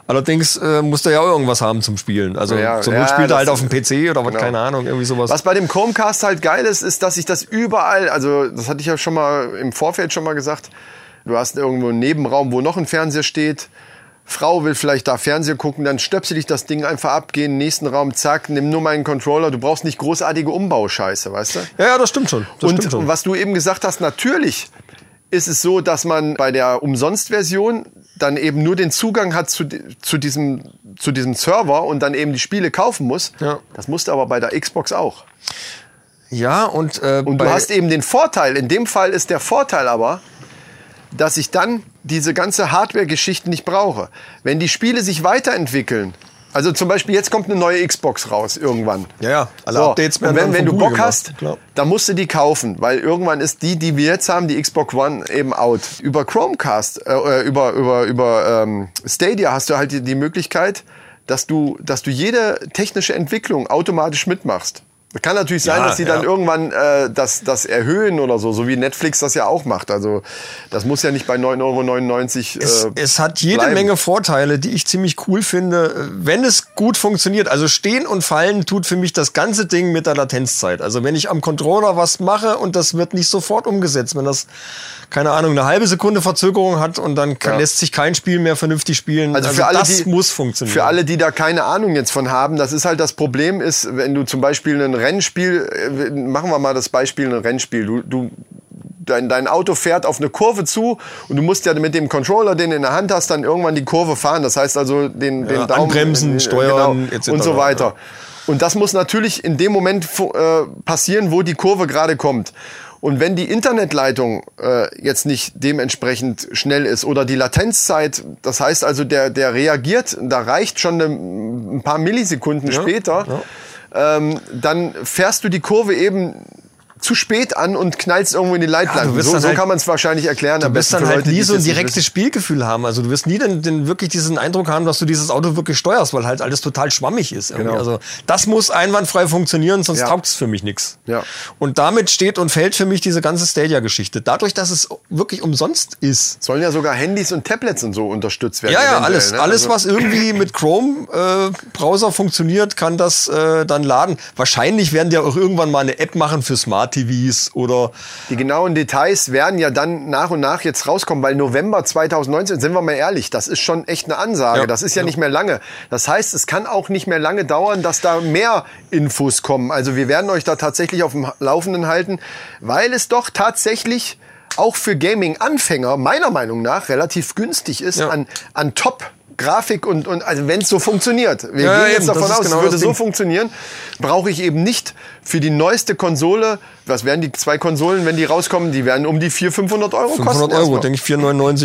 Allerdings äh, muss der ja auch irgendwas haben zum Spielen. Also Ja, zum ja, Not spielt er das- halt auf dem PC oder was, genau. keine Ahnung, irgendwie sowas. Was bei dem Chromecast halt geil ist, ist, dass ich das überall, also das hatte ich ja schon mal im Vorfeld schon mal gesagt, du hast irgendwo einen Nebenraum, wo noch ein Fernseher steht, Frau will vielleicht da Fernseher gucken, dann stöpsel ich das Ding einfach ab, geh in den nächsten Raum, zack, nimm nur meinen Controller, du brauchst nicht großartige Umbauscheiße, weißt du? ja, ja, das stimmt schon. Das und stimmt schon. was du eben gesagt hast, natürlich ist es so, dass man bei der Umsonst-Version dann eben nur den Zugang hat zu, di- zu, diesem, zu diesem Server und dann eben die Spiele kaufen muss. Ja. Das musst du aber bei der Xbox auch. ja, und, äh, Und du bei- hast eben den Vorteil, in dem Fall ist der Vorteil aber, dass ich dann diese ganze Hardware-Geschichte nicht brauche. Wenn die Spiele sich weiterentwickeln, also zum Beispiel jetzt kommt eine neue Xbox raus irgendwann. Ja, ja, alle so. Updates werden Und wenn, dann wenn von du Google Bock gemacht, hast, klar. dann musst du die kaufen, weil irgendwann ist die, die wir jetzt haben, die Xbox One eben out. Über Chromecast, äh, über über über ähm, Stadia hast du halt die, die Möglichkeit, dass du dass du jede technische Entwicklung automatisch mitmachst. Kann natürlich sein, Ja, dass die dann ja. irgendwann äh, das, das erhöhen oder so, so wie Netflix das ja auch macht. Also das muss ja nicht bei 9,99 Euro. es, äh, es hat jede bleiben. Menge Vorteile, die ich ziemlich cool finde, wenn es gut funktioniert. Also stehen und fallen tut für mich das ganze Ding mit der Latenzzeit. Also wenn ich am Controller was mache und das wird nicht sofort umgesetzt, wenn das keine Ahnung eine halbe Sekunde Verzögerung hat und dann kann, Ja. lässt sich kein Spiel mehr vernünftig spielen. Also, für alle, das die, muss funktionieren. Für alle, die da keine Ahnung jetzt von haben, das ist halt das Problem ist, wenn du zum Beispiel ein Rennspiel, äh, machen wir mal das Beispiel ein Rennspiel, du, du dein, dein Auto fährt auf eine Kurve zu und du musst ja mit dem Controller, den du in der Hand hast, dann irgendwann die Kurve fahren. Das heißt also den, den Ja, Daumen anbremsen, äh, steuern, genau, etc. und so weiter. Und das muss natürlich in dem Moment fu- äh, passieren, wo die Kurve gerade kommt. Und wenn die Internetleitung äh, jetzt nicht dementsprechend schnell ist oder die Latenzzeit, das heißt also, der, der reagiert, da reicht schon eine, ein paar Millisekunden später, Ähm, dann fährst du die Kurve eben zu spät an und knallst irgendwo in die Leitplanken. wirst so dann so halt- kann man es wahrscheinlich erklären. Du am wirst dann besten für halt Leute, die nie es so ein jetzt nicht wissen. direktes Spielgefühl haben. Also du wirst nie den, den wirklich diesen Eindruck haben, dass du dieses Auto wirklich steuerst, weil halt alles total schwammig ist. irgendwie. Genau. Also das muss einwandfrei funktionieren, sonst Ja. taugt es für mich nichts. Ja. Und damit steht und fällt für mich diese ganze Stadia-Geschichte. Dadurch, dass es wirklich umsonst ist. Sollen ja sogar Handys und Tablets und so unterstützt werden. Ja, ja, eventuell, alles. ne? Alles, Also- was irgendwie mit Chrome-Browser funktioniert, kann das äh, dann laden. Wahrscheinlich werden die ja auch irgendwann mal eine App machen für Smart-TVs oder Die genauen Details werden ja dann nach und nach jetzt rauskommen, weil November 2019, sind wir mal ehrlich, das ist schon echt eine Ansage. Ja. Das ist ja, nicht mehr lange. Das heißt, es kann auch nicht mehr lange dauern, dass da mehr Infos kommen. Also wir werden euch da tatsächlich auf dem Laufenden halten, weil es doch tatsächlich auch für Gaming-Anfänger meiner Meinung nach relativ günstig ist Ja. an, an Top. Grafik und, und also wenn es so funktioniert. Wir Ja, gehen jetzt eben, das davon ist aus, genau es würde das so Ding. funktionieren, brauche ich eben nicht für die neueste Konsole, was werden die zwei Konsolen, wenn die rauskommen, die werden um die 400, 500 Euro 500 kosten. Euro, erstmal. denke ich,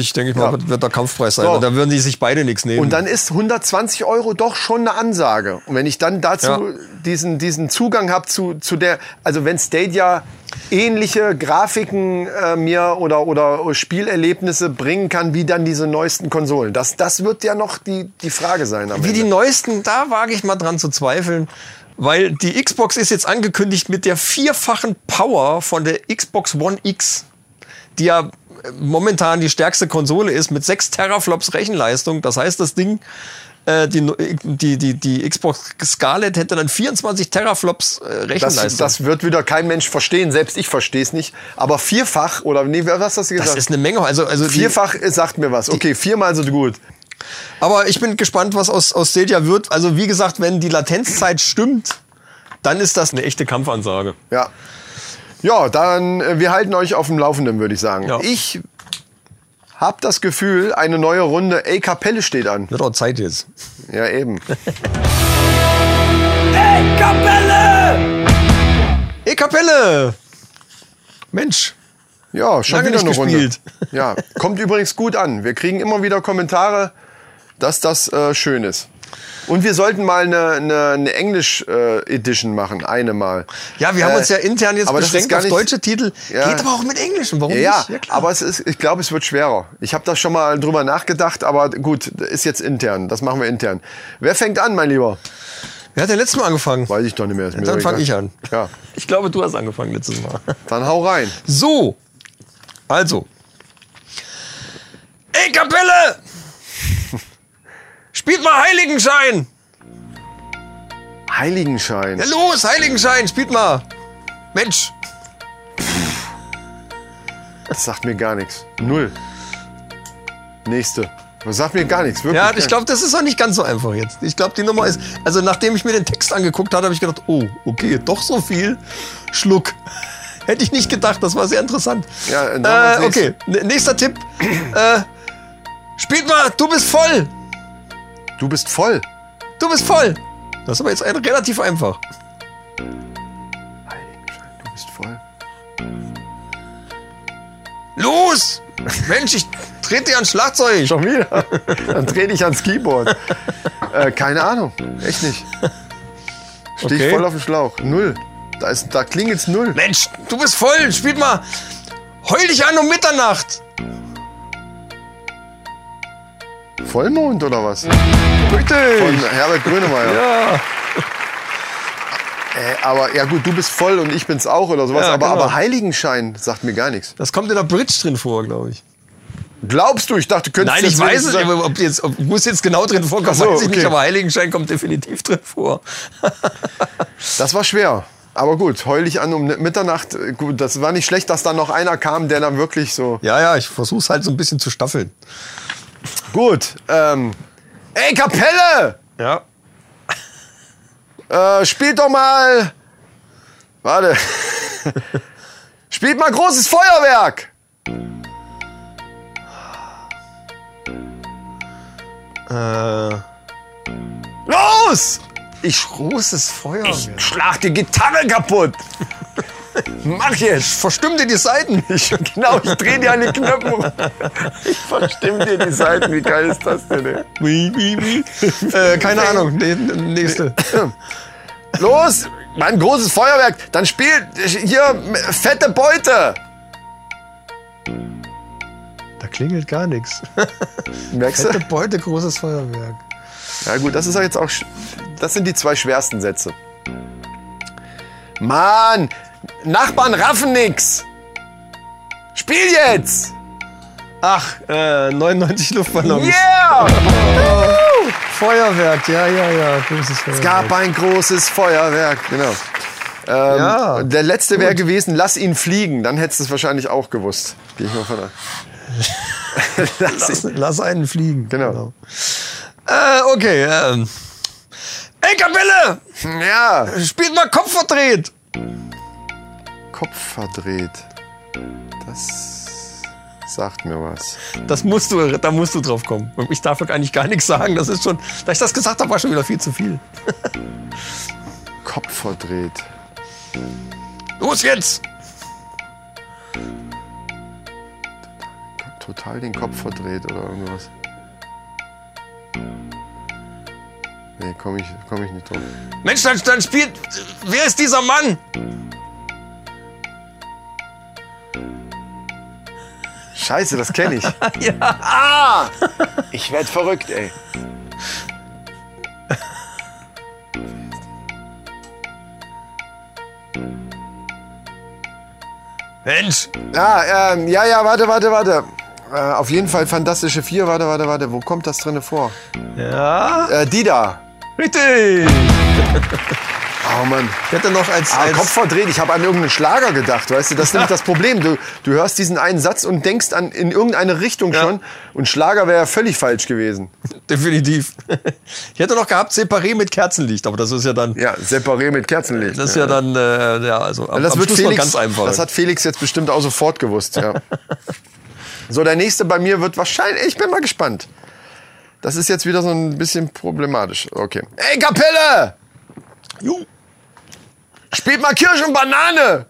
4,99, denke ich mal, Ja. wird, wird der Kampfpreis sein. So. Und da würden die sich beide nichts nehmen. Und dann ist 120 Euro doch schon eine Ansage. Und wenn ich dann dazu Ja. diesen, diesen Zugang habe zu, zu der, also wenn Stadia ähnliche Grafiken äh, mir oder, oder Spielerlebnisse bringen kann, wie dann diese neuesten Konsolen. Das, das wird ja noch die, die Frage sein. Am wie die Ende. neuesten, da wage ich mal dran zu zweifeln. Weil die Xbox ist jetzt angekündigt mit der vierfachen Power von der Xbox One X, die ja äh, momentan die stärkste Konsole ist, mit 6 Teraflops Rechenleistung. Das heißt, das Ding, äh, die, die, die, die Xbox Scarlett hätte dann 24 Teraflops äh, Rechenleistung. das, das wird wieder kein Mensch verstehen, selbst ich verstehe es nicht. Aber vierfach, oder nee, was hast du gesagt? Das ist eine Menge. Also, also die- Vierfach äh, sagt mir was. Okay, viermal so gut. Aber ich bin gespannt, was aus, aus Stadia wird. Also wie gesagt, wenn die Latenzzeit stimmt, dann ist das eine echte Kampfansage. Ja. Ja, dann äh, wir halten euch auf dem Laufenden, würde ich sagen. Ja. Ich hab das Gefühl, eine neue Runde Ey Kapelle steht an. Wird auch Zeit jetzt. Ja, eben. E Kapelle! Mensch, Ja, schon Lange wieder eine nicht Runde. gespielt. Ja, kommt übrigens gut an. Wir kriegen immer wieder Kommentare, dass das äh, schön ist. Und wir sollten mal eine, eine, eine Englisch äh, Edition machen, eine mal. ja, wir haben Äh, uns ja intern jetzt aber das ist beschränkt gar auf nicht- deutsche Titel. Ja. Geht aber auch mit Englischen. Warum ja, nicht? klar. aber es ist, ich glaube, es wird schwerer. Ich habe da schon mal drüber nachgedacht, aber gut, ist jetzt intern. Das machen wir intern. Wer fängt an, mein Lieber? Wer hat denn letztes Mal angefangen? Weiß ich doch nicht mehr. Ist mir Dann doch fange ich egal. an. Ja, Ich glaube, du hast angefangen letztes Mal. dann hau rein. So, also. Ey, Kapelle! Spielt mal Heiligenschein! Heiligenschein. Ja, los, Heiligenschein, spielt mal! Mensch, Das sagt mir gar nichts. Null. Nächste. Das sagt mir gar nichts. Wirklich. Ja, ich glaube, das ist auch nicht ganz so einfach jetzt. Ich glaube, die Nummer ist. Also, nachdem ich mir den Text angeguckt habe, habe ich gedacht, oh, okay, doch so viel. Schluck. Hätte ich nicht gedacht, das war sehr interessant. Ja, dann haben äh, wir's okay, N- nächster Tipp. äh, spielt mal, du bist voll. Du bist voll. Du bist voll. Das ist aber jetzt ein, relativ einfach. Heiligenschein, du bist voll. Los! Mensch, ich trete dir ans Schlagzeug. Schon wieder. Dann dreh dich ans Keyboard. äh, keine Ahnung. Echt nicht. Steh ich Okay. voll auf dem Schlauch. Null. Da, ist- da klingelt's null. Mensch, du bist voll. Spielt mal. Heul dich an um Mitternacht. Vollmond oder was? Von Richtig. Herbert Grönemeyer. Ja. Äh, aber ja gut, du bist voll und ich bin's auch oder sowas. Ja, aber, genau. aber Heiligenschein sagt mir gar nichts. Das kommt in der Bridge drin vor, glaube ich. Glaubst du? Ich dachte, du könntest Nein, ich jetzt weiß wenigstens es, sagen- aber ob jetzt, ob, muss jetzt genau drin vorkommen, Ach so, weiß ich nicht, okay. aber Heiligenschein kommt definitiv drin vor. Das war schwer. Aber gut, heul dich an um Mitternacht. äh, Gut, das war nicht schlecht, dass dann noch einer kam, der dann wirklich so. ja, ja, ich versuch's halt so ein bisschen zu staffeln. Gut. Ähm, ey, Kapelle! Ja. Äh, spielt doch mal. Warte. spielt mal großes Feuerwerk! Los! Ich Großes Feuer. Äh. schlag die Gitarre kaputt! Mach jetzt, verstimm dir die Seiten. Ich, Genau, ich drehe dir an den Knöpfen rum. Ich verstimme dir die Seiten. Wie geil ist das denn, ey? äh, keine Ahnung, nee, nächste. Los, mein großes Feuerwerk. Dann spielt hier fette Beute. Da klingelt gar nichts. Merkst du? Fette Beute, großes Feuerwerk. Ja gut, das ist ja jetzt auch. sch- Das sind die zwei schwersten Sätze. Mann, Nachbarn raffen nix. Spiel jetzt. Ach, äh, 99 Luftballons. Yeah! Feuerwerk, ja, ja, ja, großes Feuerwerk. Gab ein großes Feuerwerk. Genau. Ähm, Ja. Der letzte wäre gewesen, lass ihn fliegen. Dann hättest du es wahrscheinlich auch gewusst. Geh ich mal von der. lass, lass einen fliegen. Genau. Äh, okay, ähm. Ey, Kapelle! Ja, Spielt mal Kopf verdreht! Kopf verdreht. Das sagt mir was. Das musst du, da musst du drauf kommen. Ich darf ja eigentlich gar nichts sagen. Das ist schon, da ich das gesagt habe, war schon wieder viel zu viel. Kopf verdreht. Los jetzt! Total den Kopf verdreht oder irgendwas. Nee, komme ich, komm ich nicht drauf. Mensch, dann, dann spielt. Wer ist dieser Mann? Scheiße, das kenne ich. Ja. Ah! Ich werd verrückt, ey. Mensch! Ah, ähm, ja, ja, warte, warte, warte. Äh, auf jeden Fall Fantastische Vier, warte, warte, warte. Wo kommt das drinne vor? Ja. Äh, die da. Richtig! Oh Mann. Ich hätte noch als. Ah, als Kopf verdreht. Ich habe an irgendeinen Schlager gedacht, weißt du? Das ist nämlich das Problem. Du, du hörst diesen einen Satz und denkst an in irgendeine Richtung Ja. schon. Und Schlager wäre ja völlig falsch gewesen. definitiv. Ich hätte noch gehabt, Separé mit Kerzenlicht, aber das ist ja dann. Ja, separé mit Kerzenlicht. Das ist ja dann, äh, ja, also am, das am wird Schluss war Felix, ganz einfach. Das hat Felix jetzt bestimmt auch sofort gewusst, ja. so, der nächste bei mir wird wahrscheinlich. Ich bin mal gespannt. Das ist jetzt wieder so ein bisschen problematisch. Okay. Ey, Kapelle! Ju. Spielt mal Kirsch und Banane!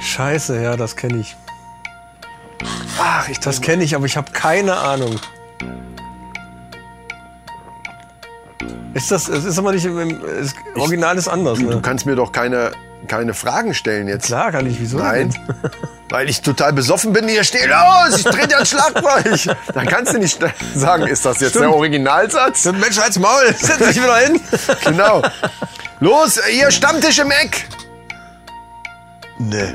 Scheiße, ja, das kenne ich. Ach, ich, das kenne ich, aber ich habe keine Ahnung. Ist das, es ist aber nicht im, im es, Original ist anders, Du ne? kannst mir doch keine, keine Fragen stellen jetzt. Klar kann ich, wieso? Nein, denn? weil ich total besoffen bin. Hier steht los, ich drehe dir ein Schlagzeug. Dann kannst du nicht sagen, ist das jetzt der Originalsatz? Mensch, halt's Maul, setz dich wieder hin. Genau. Los, ihr Stammtisch im Eck. Nee. Ne.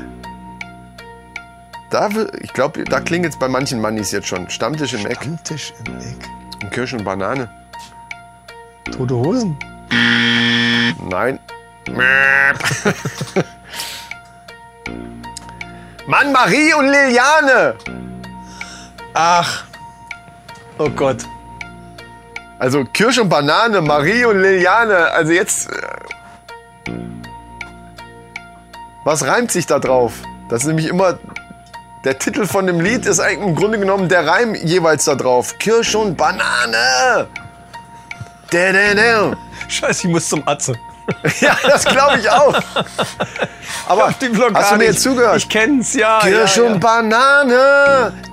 Da, will- ich glaube, da klingt es bei manchen Mannis jetzt schon. Stammtisch im Eck. Tisch im Eck. Und Kirschen und Banane. Tote Hosen? Nein. Mann, Marie und Liliane. Ach. Oh Gott. Also Kirsch und Banane, Marie und Liliane. Also jetzt. äh, Was reimt sich da drauf? Das ist nämlich immer. Der Titel von dem Lied ist eigentlich im Grunde genommen der Reim jeweils da drauf. Kirsch und Banane. Da, da, da. Scheiße, ich muss zum Atze. Ja, das glaube ich auch. Aber Die Blockade. hast du mir ich- jetzt zugehört? Ich kenn's, ja. Kirsch ja, ja. und Banane.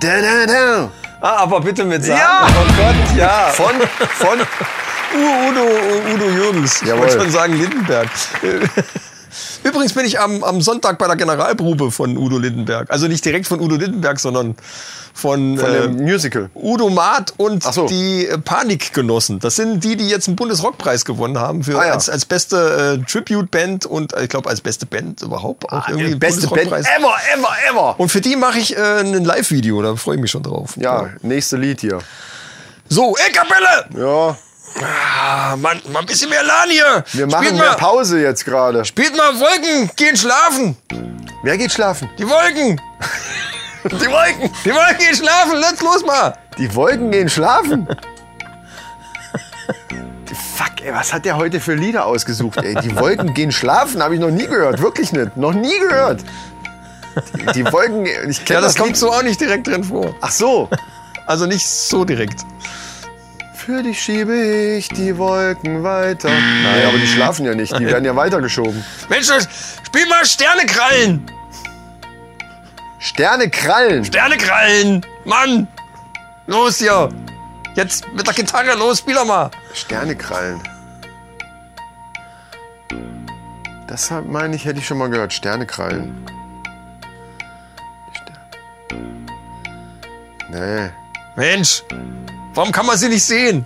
Da, da, da. Ah, aber bitte mit sagen. Ja! Oh Gott, ja. Von, von U- Udo, U- Udo Jürgens. Ich Jawohl. wollte schon sagen Lindenberg. Äh, Übrigens bin ich am, am Sonntag bei der Generalprobe von Udo Lindenberg. Also nicht direkt von Udo Lindenberg, sondern von, von äh, dem Musical. Udo Maat und Ach so. die äh, Panikgenossen. Das sind die, die jetzt einen Bundesrockpreis gewonnen haben für Ah, ja. als, als beste äh, Tribute-Band und äh, ich glaube als beste Band überhaupt. Auch irgendwie Ah, Beste Band Bundesrockpreis. ever, ever, ever. Und für die mache ich äh, ein Live-Video, da freue ich mich schon drauf. Ja, nächste Lied hier. So, ey Kapelle! Ja, Ah, Mann, mal ein bisschen mehr Lan hier! wir machen mehr Pause jetzt gerade. Spielt mal Wolken, gehen schlafen. Wer geht schlafen? Die Wolken. Die Wolken. Die Wolken gehen schlafen. Let's los mal. Die Wolken gehen schlafen. Fuck, ey, was hat der heute für Lieder ausgesucht, ey? Die Wolken gehen schlafen, habe ich noch nie gehört. Wirklich nicht. Noch nie gehört. Die, die Wolken, ich Ja, kenne das das, kommt Lied. so auch nicht direkt drin vor. Ach so. Also nicht so direkt. Natürlich schiebe ich die Wolken weiter. Nein, aber die schlafen ja nicht. Die werden ja weitergeschoben. Mensch, spiel mal Sternekrallen! Sterne krallen. Sternekrallen! Mann! Los hier! Jetzt mit der Gitarre, los, spiel doch mal! Sterne krallen. Das hab- meine ich, hätte ich schon mal gehört. Sterne krallen. Sterne. Nee. Mensch! Warum kann man sie nicht sehen?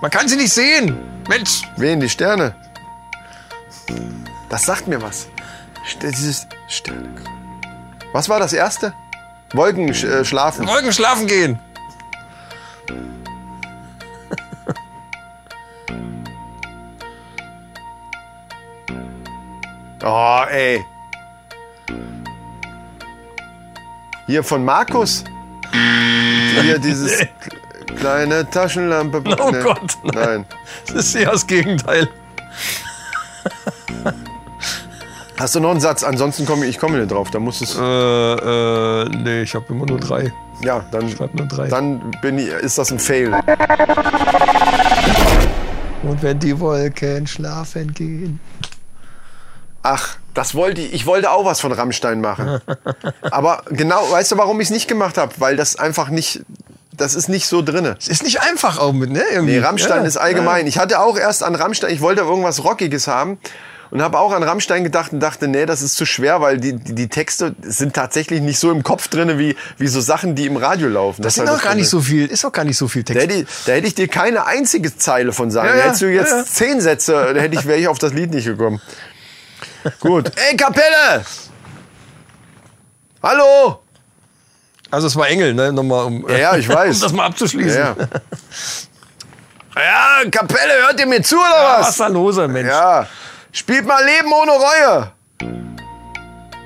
Man kann sie nicht sehen! Mensch! Wen? Die Sterne? Das sagt mir was. St- Dieses Sterne. Was war das erste? Wolken sch äh, schlafen. Wolken schlafen gehen! Oh, ey. Hier von Markus. Hier dieses kleine Taschenlampe. Oh Gott, nein. Nein. Das ist eher das Gegenteil. Hast du noch einen Satz? Ansonsten komme ich, ich komme nicht drauf. Da muss es. Äh, äh, nee, ich habe immer nur drei. Ja, dann, Schreib nur drei. dann bin ich, ist das ein Fail. Und wenn die Wolken schlafen gehen. Ach, das wollte ich. Ich wollte auch was von Rammstein machen. Aber genau, weißt du, warum ich es nicht gemacht habe? Weil das einfach nicht, das ist nicht so drinne. Es ist nicht einfach auch mit, ne? Irgendwie. Nee, Rammstein Ja. ist allgemein. Ich hatte auch erst an Rammstein, ich wollte irgendwas Rockiges haben und habe auch an Rammstein gedacht und dachte, nee, das ist zu schwer, weil die, die, die Texte sind tatsächlich nicht so im Kopf drinne wie, wie so Sachen, die im Radio laufen. Das sind war auch gar nicht Problem. so viel, ist auch gar nicht so viel Da Text. hätte, ich, da hätte ich dir keine einzige Zeile von sagen. Ja, ja, Hättest du jetzt ja, ja. zehn Sätze, da hätte ich, wäre ich auf das Lied nicht gekommen. Gut. Ey, Kapelle! Hallo! Also es war Engel, ne? Nochmal, um, Ja, ja, ich weiß. um das mal abzuschließen. Ja, ja. ja, Kapelle, hört ihr mir zu oder Was ist was? da los, Mensch? Ja. Spielt mal Leben ohne Reue.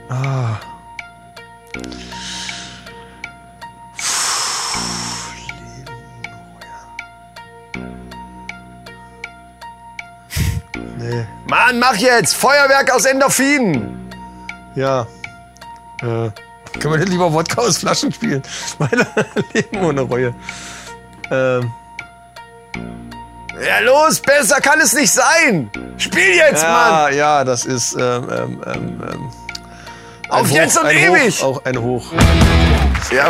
Ah. Nee. Mann, mach jetzt! Feuerwerk aus Endorphinen! Ja. Äh, können wir nicht lieber Wodka aus Flaschen spielen? Weil Leben ohne Reue. Ähm, Ja, los, besser kann es nicht sein! Spiel jetzt, ja, Mann! ja, das ist ähm, ähm, ähm, ähm, Auf ein jetzt Hoch, und ein ewig! Hoch, auch ein Hoch. Ja,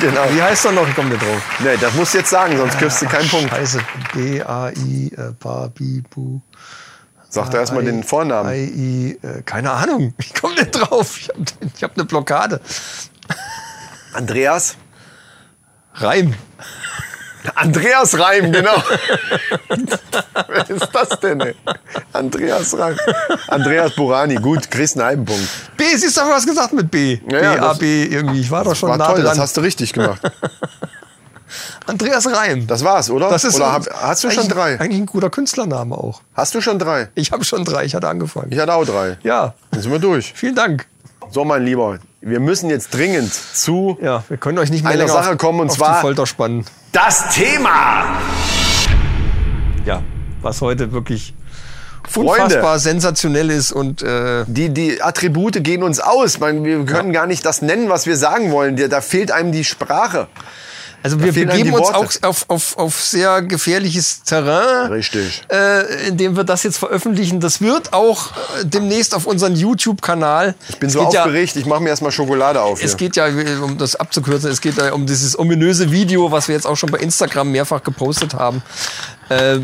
genau. Wie heißt er noch? Ich komme nicht drauf. Nee, das musst du jetzt sagen, sonst kriegst du keinen Punkt. Scheiße. B-A-I, äh, Babibu. Sag doch erstmal I- den Vornamen. I, I, äh, keine Ahnung. Ich komme nicht drauf. Ich habe ich hab eine Blockade. Andreas? Reim. Andreas Reim, genau. Wer ist das denn, ey? Andreas Reim. Andreas Burani, gut, kriegst einen halben Punkt. B, siehst du, hab ich was gesagt mit B. Ja, ja, B, A, das- B, irgendwie. Ich war doch schon War nah toll, dran. das hast du richtig gemacht. Andreas Reim. Das war's, oder? Das ist oder hab, hast du schon eigentlich- drei? Eigentlich ein guter Künstlername auch. Hast du schon drei? Ich habe schon drei, ich hatte angefangen. Ich hatte auch drei. Ja, Dann sind wir durch. vielen Dank. So, mein Lieber, wir müssen jetzt dringend zu Ja, wir können euch nicht mehr Einer länger Sache auf, kommen, und auf zwar- die Folter spannen. das Thema. Ja, was heute wirklich Freunde. unfassbar sensationell ist und äh, Die, die Attribute gehen uns aus. Man, wir können gar nicht das nennen, was wir sagen wollen. Da- Da fehlt einem die Sprache. Also wir fehlen einem die begeben uns auch Worte. auf, auf, auf sehr gefährliches Terrain. Richtig. Äh, indem wir das jetzt veröffentlichen. Das wird auch äh, demnächst auf unseren YouTube-Kanal. Ich bin so aufgeregt, ich mache mir erstmal Schokolade auf. Es hier. geht ja, um das abzukürzen, es geht ja um dieses ominöse Video, was wir jetzt auch schon bei Instagram mehrfach gepostet haben. Äh, äh,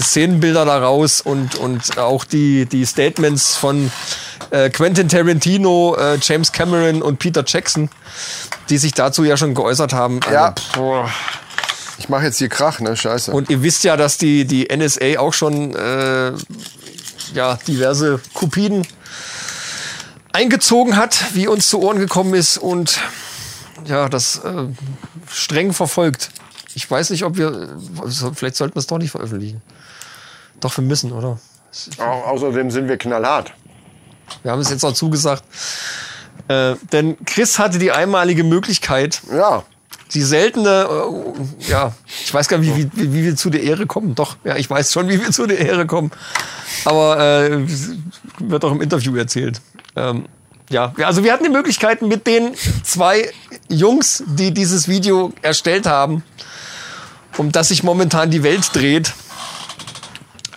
Szenenbilder daraus und, und auch die, die Statements von äh, Quentin Tarantino, äh, James Cameron und Peter Jackson, die sich dazu ja schon geäußert haben. Also, Ja. boah. Ich mache jetzt hier Krach, ne? Scheiße. Und ihr wisst ja, dass die, die NSA auch schon äh, ja, diverse Kopien eingezogen hat, wie uns zu Ohren gekommen ist und ja, das äh, streng verfolgt. Ich weiß nicht, ob wir. so- Vielleicht sollten wir es doch nicht veröffentlichen. Doch, wir müssen, oder? Au außerdem sind wir knallhart. Wir haben es jetzt auch zugesagt. Äh, denn Chris hatte die einmalige Möglichkeit, Ja. die seltene, äh, ja, ich weiß gar nicht, wie, wie, wie wir zu der Ehre kommen. Doch, ja, ich weiß schon, wie wir zu der Ehre kommen. Aber äh, wird auch im Interview erzählt. Ähm, ja, wir- also wir hatten die Möglichkeit, mit den zwei Jungs, die dieses Video erstellt haben, um das sich momentan die Welt dreht,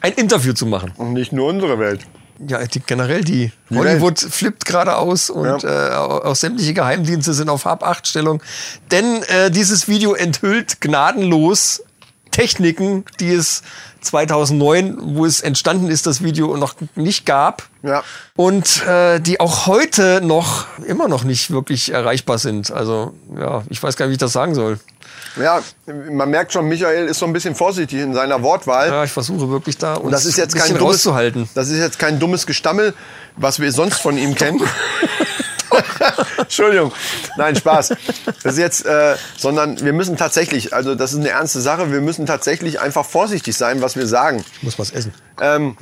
ein Interview zu machen. Und nicht nur unsere Welt. Ja, die, generell die. Welt. Hollywood flippt gerade aus und äh, auch sämtliche Geheimdienste sind auf Hab-Acht-Stellung. Denn äh, dieses Video enthüllt gnadenlos Techniken, die es 2009, wo es entstanden ist, das Video noch nicht gab. Ja. Und äh, die auch heute noch, immer noch nicht wirklich erreichbar sind. Also, ja, ich weiß gar nicht, wie ich das sagen soll. Ja, man merkt schon, Michael ist so ein bisschen vorsichtig in seiner Wortwahl. Ja, ich versuche wirklich da, Und das ist jetzt ein kein bisschen dummes, rauszuhalten. Das ist jetzt kein dummes Gestammel, was wir sonst von ihm kennen. Entschuldigung, nein Spaß. Das ist jetzt, äh, sondern wir müssen tatsächlich, also das ist eine ernste Sache. Wir müssen tatsächlich einfach vorsichtig sein, was wir sagen. Muss was essen. Ähm,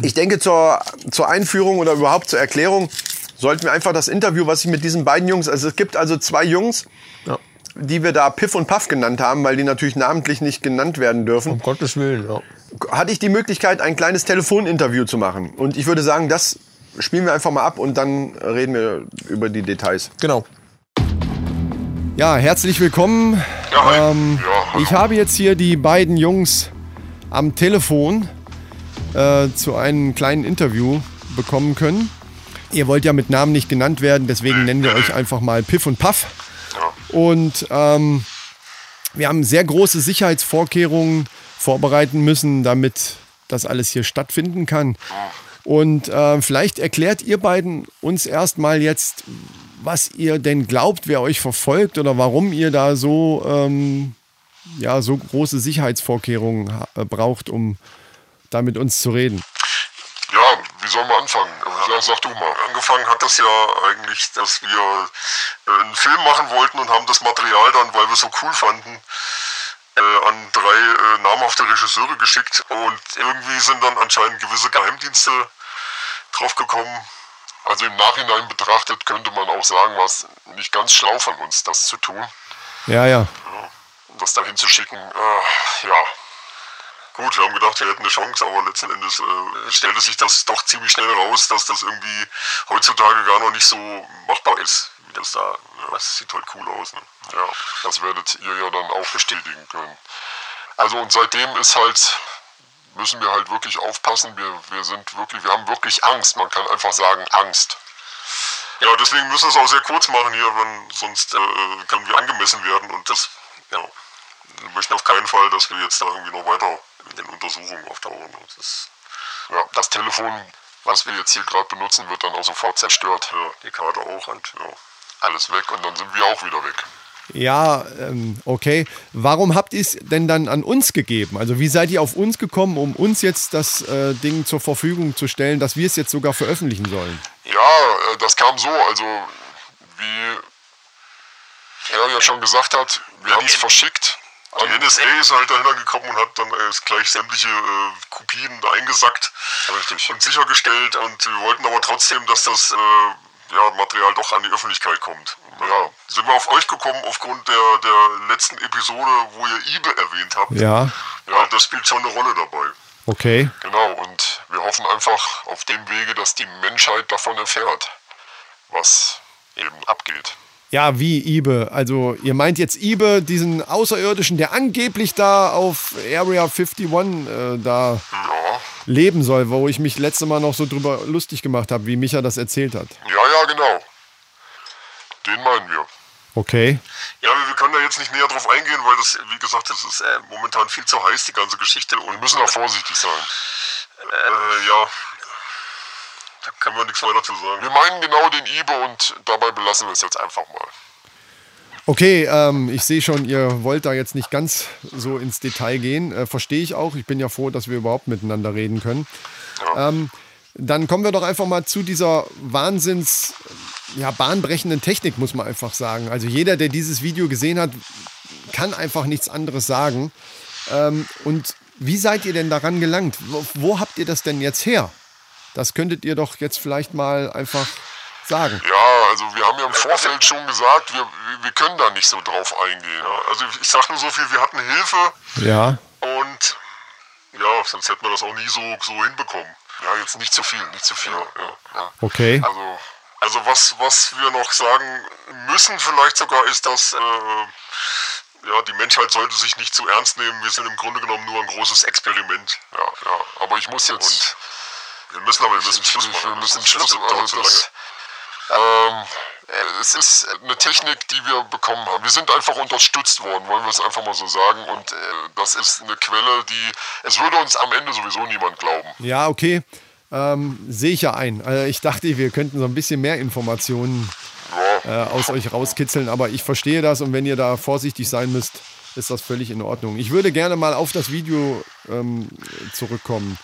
ich denke, zur, zur Einführung oder überhaupt zur Erklärung sollten wir einfach das Interview, was ich mit diesen beiden Jungs, also es gibt also zwei Jungs, Ja. die wir da Piff und Puff genannt haben, weil die natürlich namentlich nicht genannt werden dürfen Um Gottes Willen, ja. hatte ich die Möglichkeit, ein kleines Telefoninterview zu machen. Und ich würde sagen, das spielen wir einfach mal ab und dann reden wir über die Details. Genau. Ja, herzlich willkommen. Ähm, ich habe jetzt hier die beiden Jungs am Telefon äh, zu einem kleinen Interview bekommen können. Ihr wollt ja mit Namen nicht genannt werden, deswegen nennen wir euch einfach mal Piff und Puff. Und ähm, wir haben sehr große Sicherheitsvorkehrungen vorbereiten müssen, damit das alles hier stattfinden kann. Und äh, vielleicht erklärt ihr beiden uns erstmal jetzt, was ihr denn glaubt, wer euch verfolgt oder warum ihr da so, ähm, ja, so große Sicherheitsvorkehrungen ha- äh, braucht, um da mit uns zu reden. Ja, wie sollen wir anfangen? Also, ja, sag du mal. Angefangen hat das ja eigentlich, dass wir äh, einen Film machen wollten und haben das Material dann, weil wir es so cool fanden, äh, an drei äh, namhafte Regisseure geschickt. Und irgendwie sind dann anscheinend gewisse Geheimdienste draufgekommen. Also im Nachhinein betrachtet könnte man auch sagen, war es nicht ganz schlau von uns, das zu tun, Ja, ja. das dahin zu schicken. Äh, ja, Gut, wir haben gedacht, wir hätten eine Chance, aber letzten Endes äh, stellte sich das doch ziemlich schnell raus, dass das irgendwie heutzutage gar noch nicht so machbar ist, wie das da. Ja, das sieht halt cool aus. Ne? Ja, das werdet ihr ja dann auch bestätigen können. Also und seitdem ist halt müssen wir halt wirklich aufpassen. Wir, wir sind wirklich, wir haben wirklich Angst. Man kann einfach sagen Angst. Ja, deswegen müssen wir es auch sehr kurz machen hier, wenn, sonst äh, können wir angemessen werden und das, ja, wir möchten auf keinen Fall, dass wir jetzt da irgendwie noch weiter in den Untersuchungen auftauchen. Das, ist, ja, das Telefon, was wir jetzt hier gerade benutzen, wird dann also auch sofort zerstört. Ja, die Karte auch und ja, alles weg und dann sind wir auch wieder weg. Ja, ähm, okay. Warum habt ihr es denn dann an uns gegeben? Also wie seid ihr auf uns gekommen, um uns jetzt das äh, Ding zur Verfügung zu stellen, dass wir es jetzt sogar veröffentlichen sollen? Ja, äh, das kam so, also wie er ja schon gesagt hat, wir haben es verschickt. Die NSA ist halt dahinter gekommen und hat dann erst gleich sämtliche äh, Kopien eingesackt und sichergestellt. Und wir wollten aber trotzdem, dass das äh, ja, Material doch an die Öffentlichkeit kommt. Ja, sind wir auf euch gekommen aufgrund der, der letzten Episode, wo ihr Ibe erwähnt habt. Ja, ja, das spielt schon eine Rolle dabei. okay. Genau, und wir hoffen einfach auf dem Wege, dass die Menschheit davon erfährt, was eben abgeht. Ja, wie Ibe. Also ihr meint jetzt Ibe, diesen Außerirdischen, der angeblich da auf Area 51 äh, da Ja, leben soll, wo ich mich letzte Mal noch so drüber lustig gemacht habe, wie Micha das erzählt hat. ja, ja, genau. Den meinen wir. Okay. Ja, wir wir können da jetzt nicht näher drauf eingehen, weil das, wie gesagt, das ist äh, momentan viel zu heiß, die ganze Geschichte. Und wir müssen da vorsichtig sein. Äh, ja. Da kann man nichts weiter zu sagen. Wir meinen genau den Ibe und dabei belassen wir es jetzt einfach mal. Okay, ähm, ich sehe schon, ihr wollt da jetzt nicht ganz so ins Detail gehen. Äh, Verstehe ich auch. Ich bin ja froh, dass wir überhaupt miteinander reden können. Ähm, dann kommen wir doch einfach mal zu dieser wahnsinns ja, bahnbrechenden Technik, muss man einfach sagen. Also jeder, der dieses Video gesehen hat, kann einfach nichts anderes sagen. Ähm, und wie seid ihr denn daran gelangt? Wo, wo habt ihr das denn jetzt her? Das könntet ihr doch jetzt vielleicht mal einfach sagen. Ja, also wir haben ja im Vorfeld schon gesagt, wir, wir- wir können da nicht so drauf eingehen. Also ich sag nur so viel, wir hatten Hilfe Ja. und ja, sonst hätten wir das auch nie so, so hinbekommen. Ja, jetzt nicht zu viel, nicht zu viel. Ja, ja. Okay. Also Also was, was wir noch sagen müssen vielleicht sogar ist, dass äh, ja, die Menschheit sollte sich nicht zu ernst nehmen. Wir sind im Grunde genommen nur ein großes Experiment. Ja, ja. Aber ich muss jetzt. Und wir müssen aber, wir müssen Schluss wir machen. müssen Sonst Schluss dauert machen. zu Also das, Ähm, äh, es ist eine Technik, die wir bekommen haben. Wir sind einfach unterstützt worden, wollen wir es einfach mal so sagen. Und äh, das ist eine Quelle, die. Es würde uns am Ende sowieso niemand glauben. Ja, okay. Ähm, Sehe ich ja ein. Also ich dachte, wir könnten so ein bisschen mehr Informationen äh, aus euch rauskitzeln, aber ich verstehe das und wenn ihr da vorsichtig sein müsst, ist das völlig in Ordnung. Ich würde gerne mal auf das Video ähm, zurückkommen.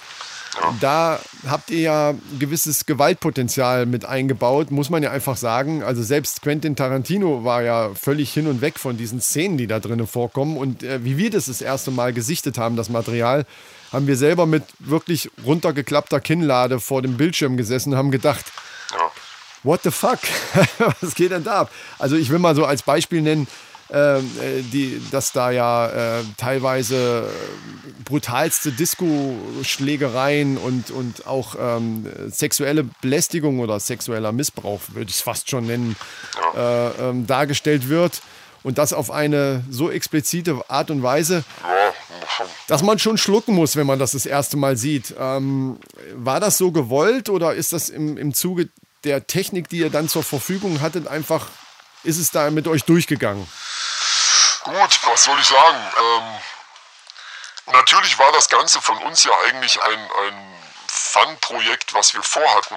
Da habt ihr ja gewisses Gewaltpotenzial mit eingebaut, muss man ja einfach sagen. Also selbst Quentin Tarantino war ja völlig hin und weg von diesen Szenen, die da drinnen vorkommen. Und äh, wie wir das das erste Mal gesichtet haben, das Material, haben wir selber mit wirklich runtergeklappter Kinnlade vor dem Bildschirm gesessen und haben gedacht, What the fuck? Was geht denn da ab? Also ich will mal so als Beispiel nennen, ähm, äh, die, dass da ja äh, teilweise äh, brutalste Disco-Schlägereien und, und auch ähm, sexuelle Belästigung oder sexueller Missbrauch, würde ich es fast schon nennen, äh, ähm, dargestellt wird. Und das auf eine so explizite Art und Weise, dass man schon schlucken muss, wenn man das das erste Mal sieht. Ähm, war das so gewollt oder ist das im, im Zuge der Technik, die ihr dann zur Verfügung hattet, einfach, ist es da mit euch durchgegangen? Gut, was soll ich sagen? Ähm, natürlich war das Ganze von uns ja eigentlich ein, ein Fun-Projekt, was wir vorhatten.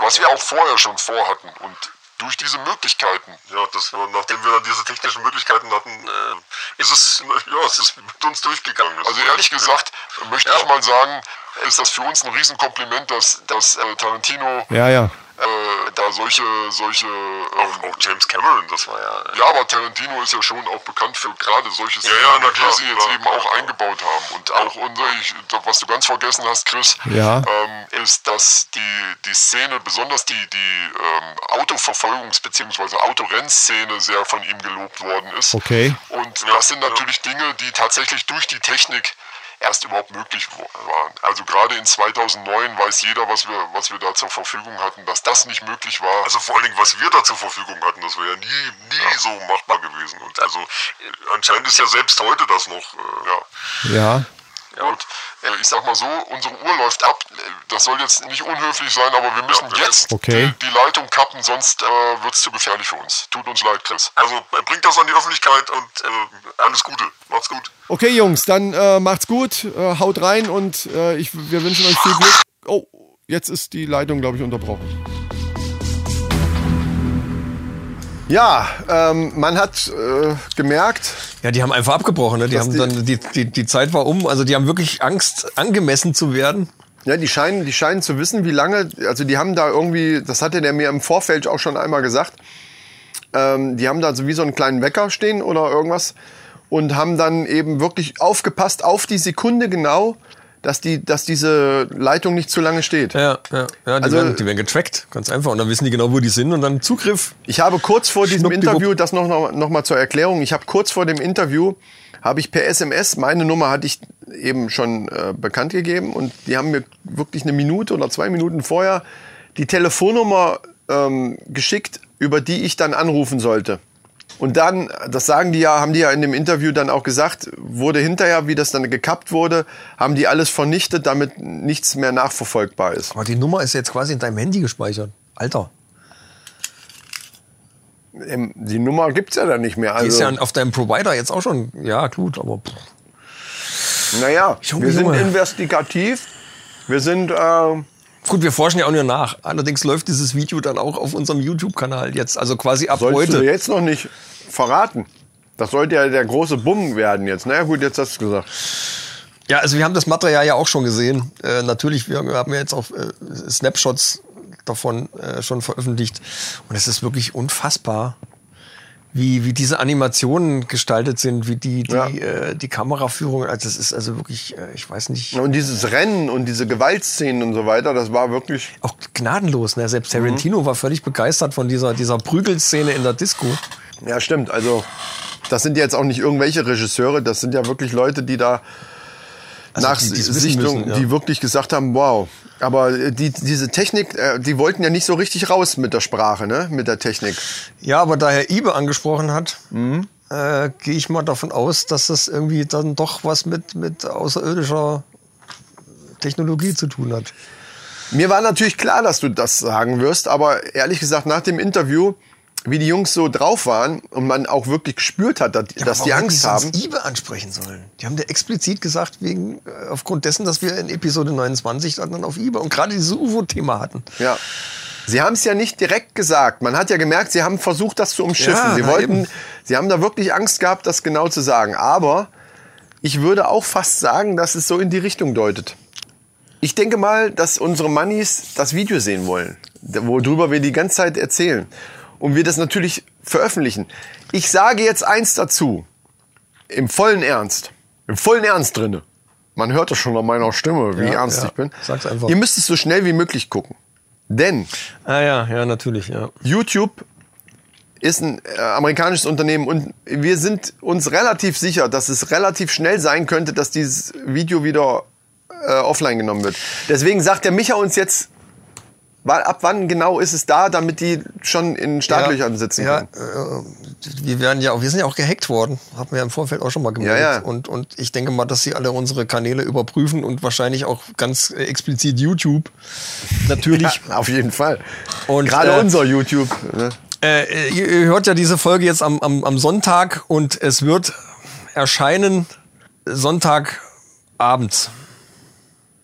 Was wir auch vorher schon vorhatten. Und durch diese Möglichkeiten, ja, das war, nachdem wir dann diese technischen Möglichkeiten hatten, äh, ist es, ja, es ist mit uns durchgegangen. Also ehrlich gesagt, möchte ich mal sagen, ist das für uns ein Riesenkompliment, dass, dass äh, Tarantino Ja, ja. äh, da solche, solche ähm, Auch, auch James Cameron, das war ja. äh, Ja, aber Tarantino ist ja schon auch bekannt für gerade solche Szenen, ja, na wie klar, wir sie jetzt klar, eben klar, auch klar. eingebaut haben. Und auch unser, ich, was du ganz vergessen hast, Chris, Ja. ähm, ist, dass die, die Szene, besonders die, die ähm, Autoverfolgungs- bzw. Autorennszene sehr von ihm gelobt worden ist. Okay. Und das sind natürlich Dinge, die tatsächlich durch die Technik erst überhaupt möglich wo- waren. Also gerade in 2009 weiß jeder, was wir, was wir da zur Verfügung hatten, dass das nicht möglich war. Also vor allen Dingen, was wir da zur Verfügung hatten, das wäre ja nie, nie so machbar gewesen. Und also äh, anscheinend ist ja selbst heute das noch, äh, ja. Ja. Ja, und äh, ich sag mal so, unsere Uhr läuft ab. Äh, Das soll jetzt nicht unhöflich sein, aber wir müssen Ja, jetzt Okay. die, die Leitung kappen, sonst äh, wird es zu gefährlich für uns. Tut uns leid, Chris. Also äh, bringt das an die Öffentlichkeit und äh, alles Gute. Macht's gut. Okay, Jungs, dann äh, macht's gut, äh, haut rein und äh, ich, wir wünschen euch viel Glück. Oh, jetzt ist die Leitung, glaube ich, unterbrochen. Ja, ähm, man hat äh, gemerkt, Ja, die haben einfach abgebrochen. Ne? Die Dass haben die- dann die, die, die Zeit war um. Also die haben wirklich Angst, angemessen zu werden. Ja, die scheinen, die scheinen zu wissen, wie lange, also die haben da irgendwie, das hatte der mir im Vorfeld auch schon einmal gesagt, ähm, die haben da so wie so einen kleinen Wecker stehen oder irgendwas und haben dann eben wirklich aufgepasst auf die Sekunde genau, dass, die, dass diese Leitung nicht zu lange steht. Ja, ja, ja. Die, Also- werden, die werden getrackt, ganz einfach. Und dann wissen die genau, wo die sind und dann Zugriff. Ich habe kurz vor diesem Schnuppdiwupp. Interview, das noch, noch, noch mal zur Erklärung, ich habe kurz vor dem Interview, habe ich per SMS, meine Nummer hatte ich eben schon äh, bekannt gegeben und die haben mir wirklich eine Minute oder zwei Minuten vorher die Telefonnummer ähm, geschickt, über die ich dann anrufen sollte. Und dann, das sagen die ja, haben die ja in dem Interview dann auch gesagt, wurde hinterher, wie das dann gekappt wurde, haben die alles vernichtet, damit nichts mehr nachverfolgbar ist. Aber die Nummer ist jetzt quasi in deinem Handy gespeichert. Alter, Ähm, Die Nummer gibt's ja dann nicht mehr. die Also, ist ja auf deinem Provider jetzt auch schon. Ja, gut, aber pff. Naja, Junge, wir sind Junge. investigativ. Wir sind, äh, gut, wir forschen ja auch nur nach. Allerdings läuft dieses Video dann auch auf unserem YouTube-Kanal jetzt. Also quasi ab sollst du heute. jetzt noch nicht verraten. Das sollte ja der große Bumm werden jetzt. Na ja, gut, jetzt hast du gesagt. Ja, also wir haben das Material ja auch schon gesehen. Äh, natürlich, wir haben ja jetzt auch äh, Snapshots davon äh, schon veröffentlicht. Und es ist wirklich unfassbar, wie, wie diese Animationen gestaltet sind, wie die, die, Ja. äh, die Kameraführung. Also das ist also wirklich, äh, ich weiß nicht, Und dieses Rennen und diese Gewaltszenen und so weiter, das war wirklich. auch gnadenlos. Ne? Selbst Tarantino war völlig begeistert von dieser, dieser Prügelszene in der Disco. Ja, stimmt. Also, das sind jetzt auch nicht irgendwelche Regisseure, das sind ja wirklich Leute, die da nach Also, die- die es wissen Sichtung, müssen, ja. die wirklich gesagt haben, wow. Aber äh, die, diese Technik, äh, die wollten ja nicht so richtig raus mit der Sprache, ne? Mit der Technik. Ja, aber da Herr Ibe angesprochen hat, äh, gehe ich mal davon aus, dass das irgendwie dann doch was mit, mit außerirdischer Technologie zu tun hat. Mir war natürlich klar, dass du das sagen wirst, aber ehrlich gesagt, nach dem Interview, wie die Jungs so drauf waren und man auch wirklich gespürt hat, dass, dass Warum die hätten Angst sie uns haben. Ibe ansprechen sollen. Die haben dir explizit gesagt, wegen, äh, aufgrund dessen, dass wir in Episode 29 dann auf Ibe und gerade dieses UFO-Thema hatten. Ja. Sie haben es ja nicht direkt gesagt. Man hat ja gemerkt, sie haben versucht, das zu umschiffen. Ja, sie na wollten, eben. sie haben da wirklich Angst gehabt, das genau zu sagen. Aber ich würde auch fast sagen, dass es so in die Richtung deutet. Ich denke mal, dass unsere Mannis das Video sehen wollen, worüber wir die ganze Zeit erzählen. Und wir das natürlich veröffentlichen. Ich sage jetzt eins dazu. Im vollen Ernst. Im vollen Ernst drinne. Man hört das schon an meiner Stimme, wie Ja, ernst ja. ich bin. Sag's einfach. Ihr müsst es so schnell wie möglich gucken. Denn Ah ja, ja, natürlich, ja. YouTube ist ein äh, amerikanisches Unternehmen und wir sind uns relativ sicher, dass es relativ schnell sein könnte, dass dieses Video wieder äh, offline genommen wird. Deswegen sagt der Micha uns jetzt, wa- ab wann genau ist es da, damit die schon in Startlöchern sitzen ja, können. Äh, wir werden ja auch, wir sind ja auch gehackt worden, haben wir ja im Vorfeld auch schon mal gemeldet. Ja, ja. Und, und ich denke mal, dass sie alle unsere Kanäle überprüfen und wahrscheinlich auch ganz äh, explizit YouTube. Natürlich. Ja, auf jeden Fall. Und, Gerade äh, unser YouTube. Ne? Äh, ihr, ihr hört ja diese Folge jetzt am, am, am Sonntag und es wird erscheinen Sonntagabends.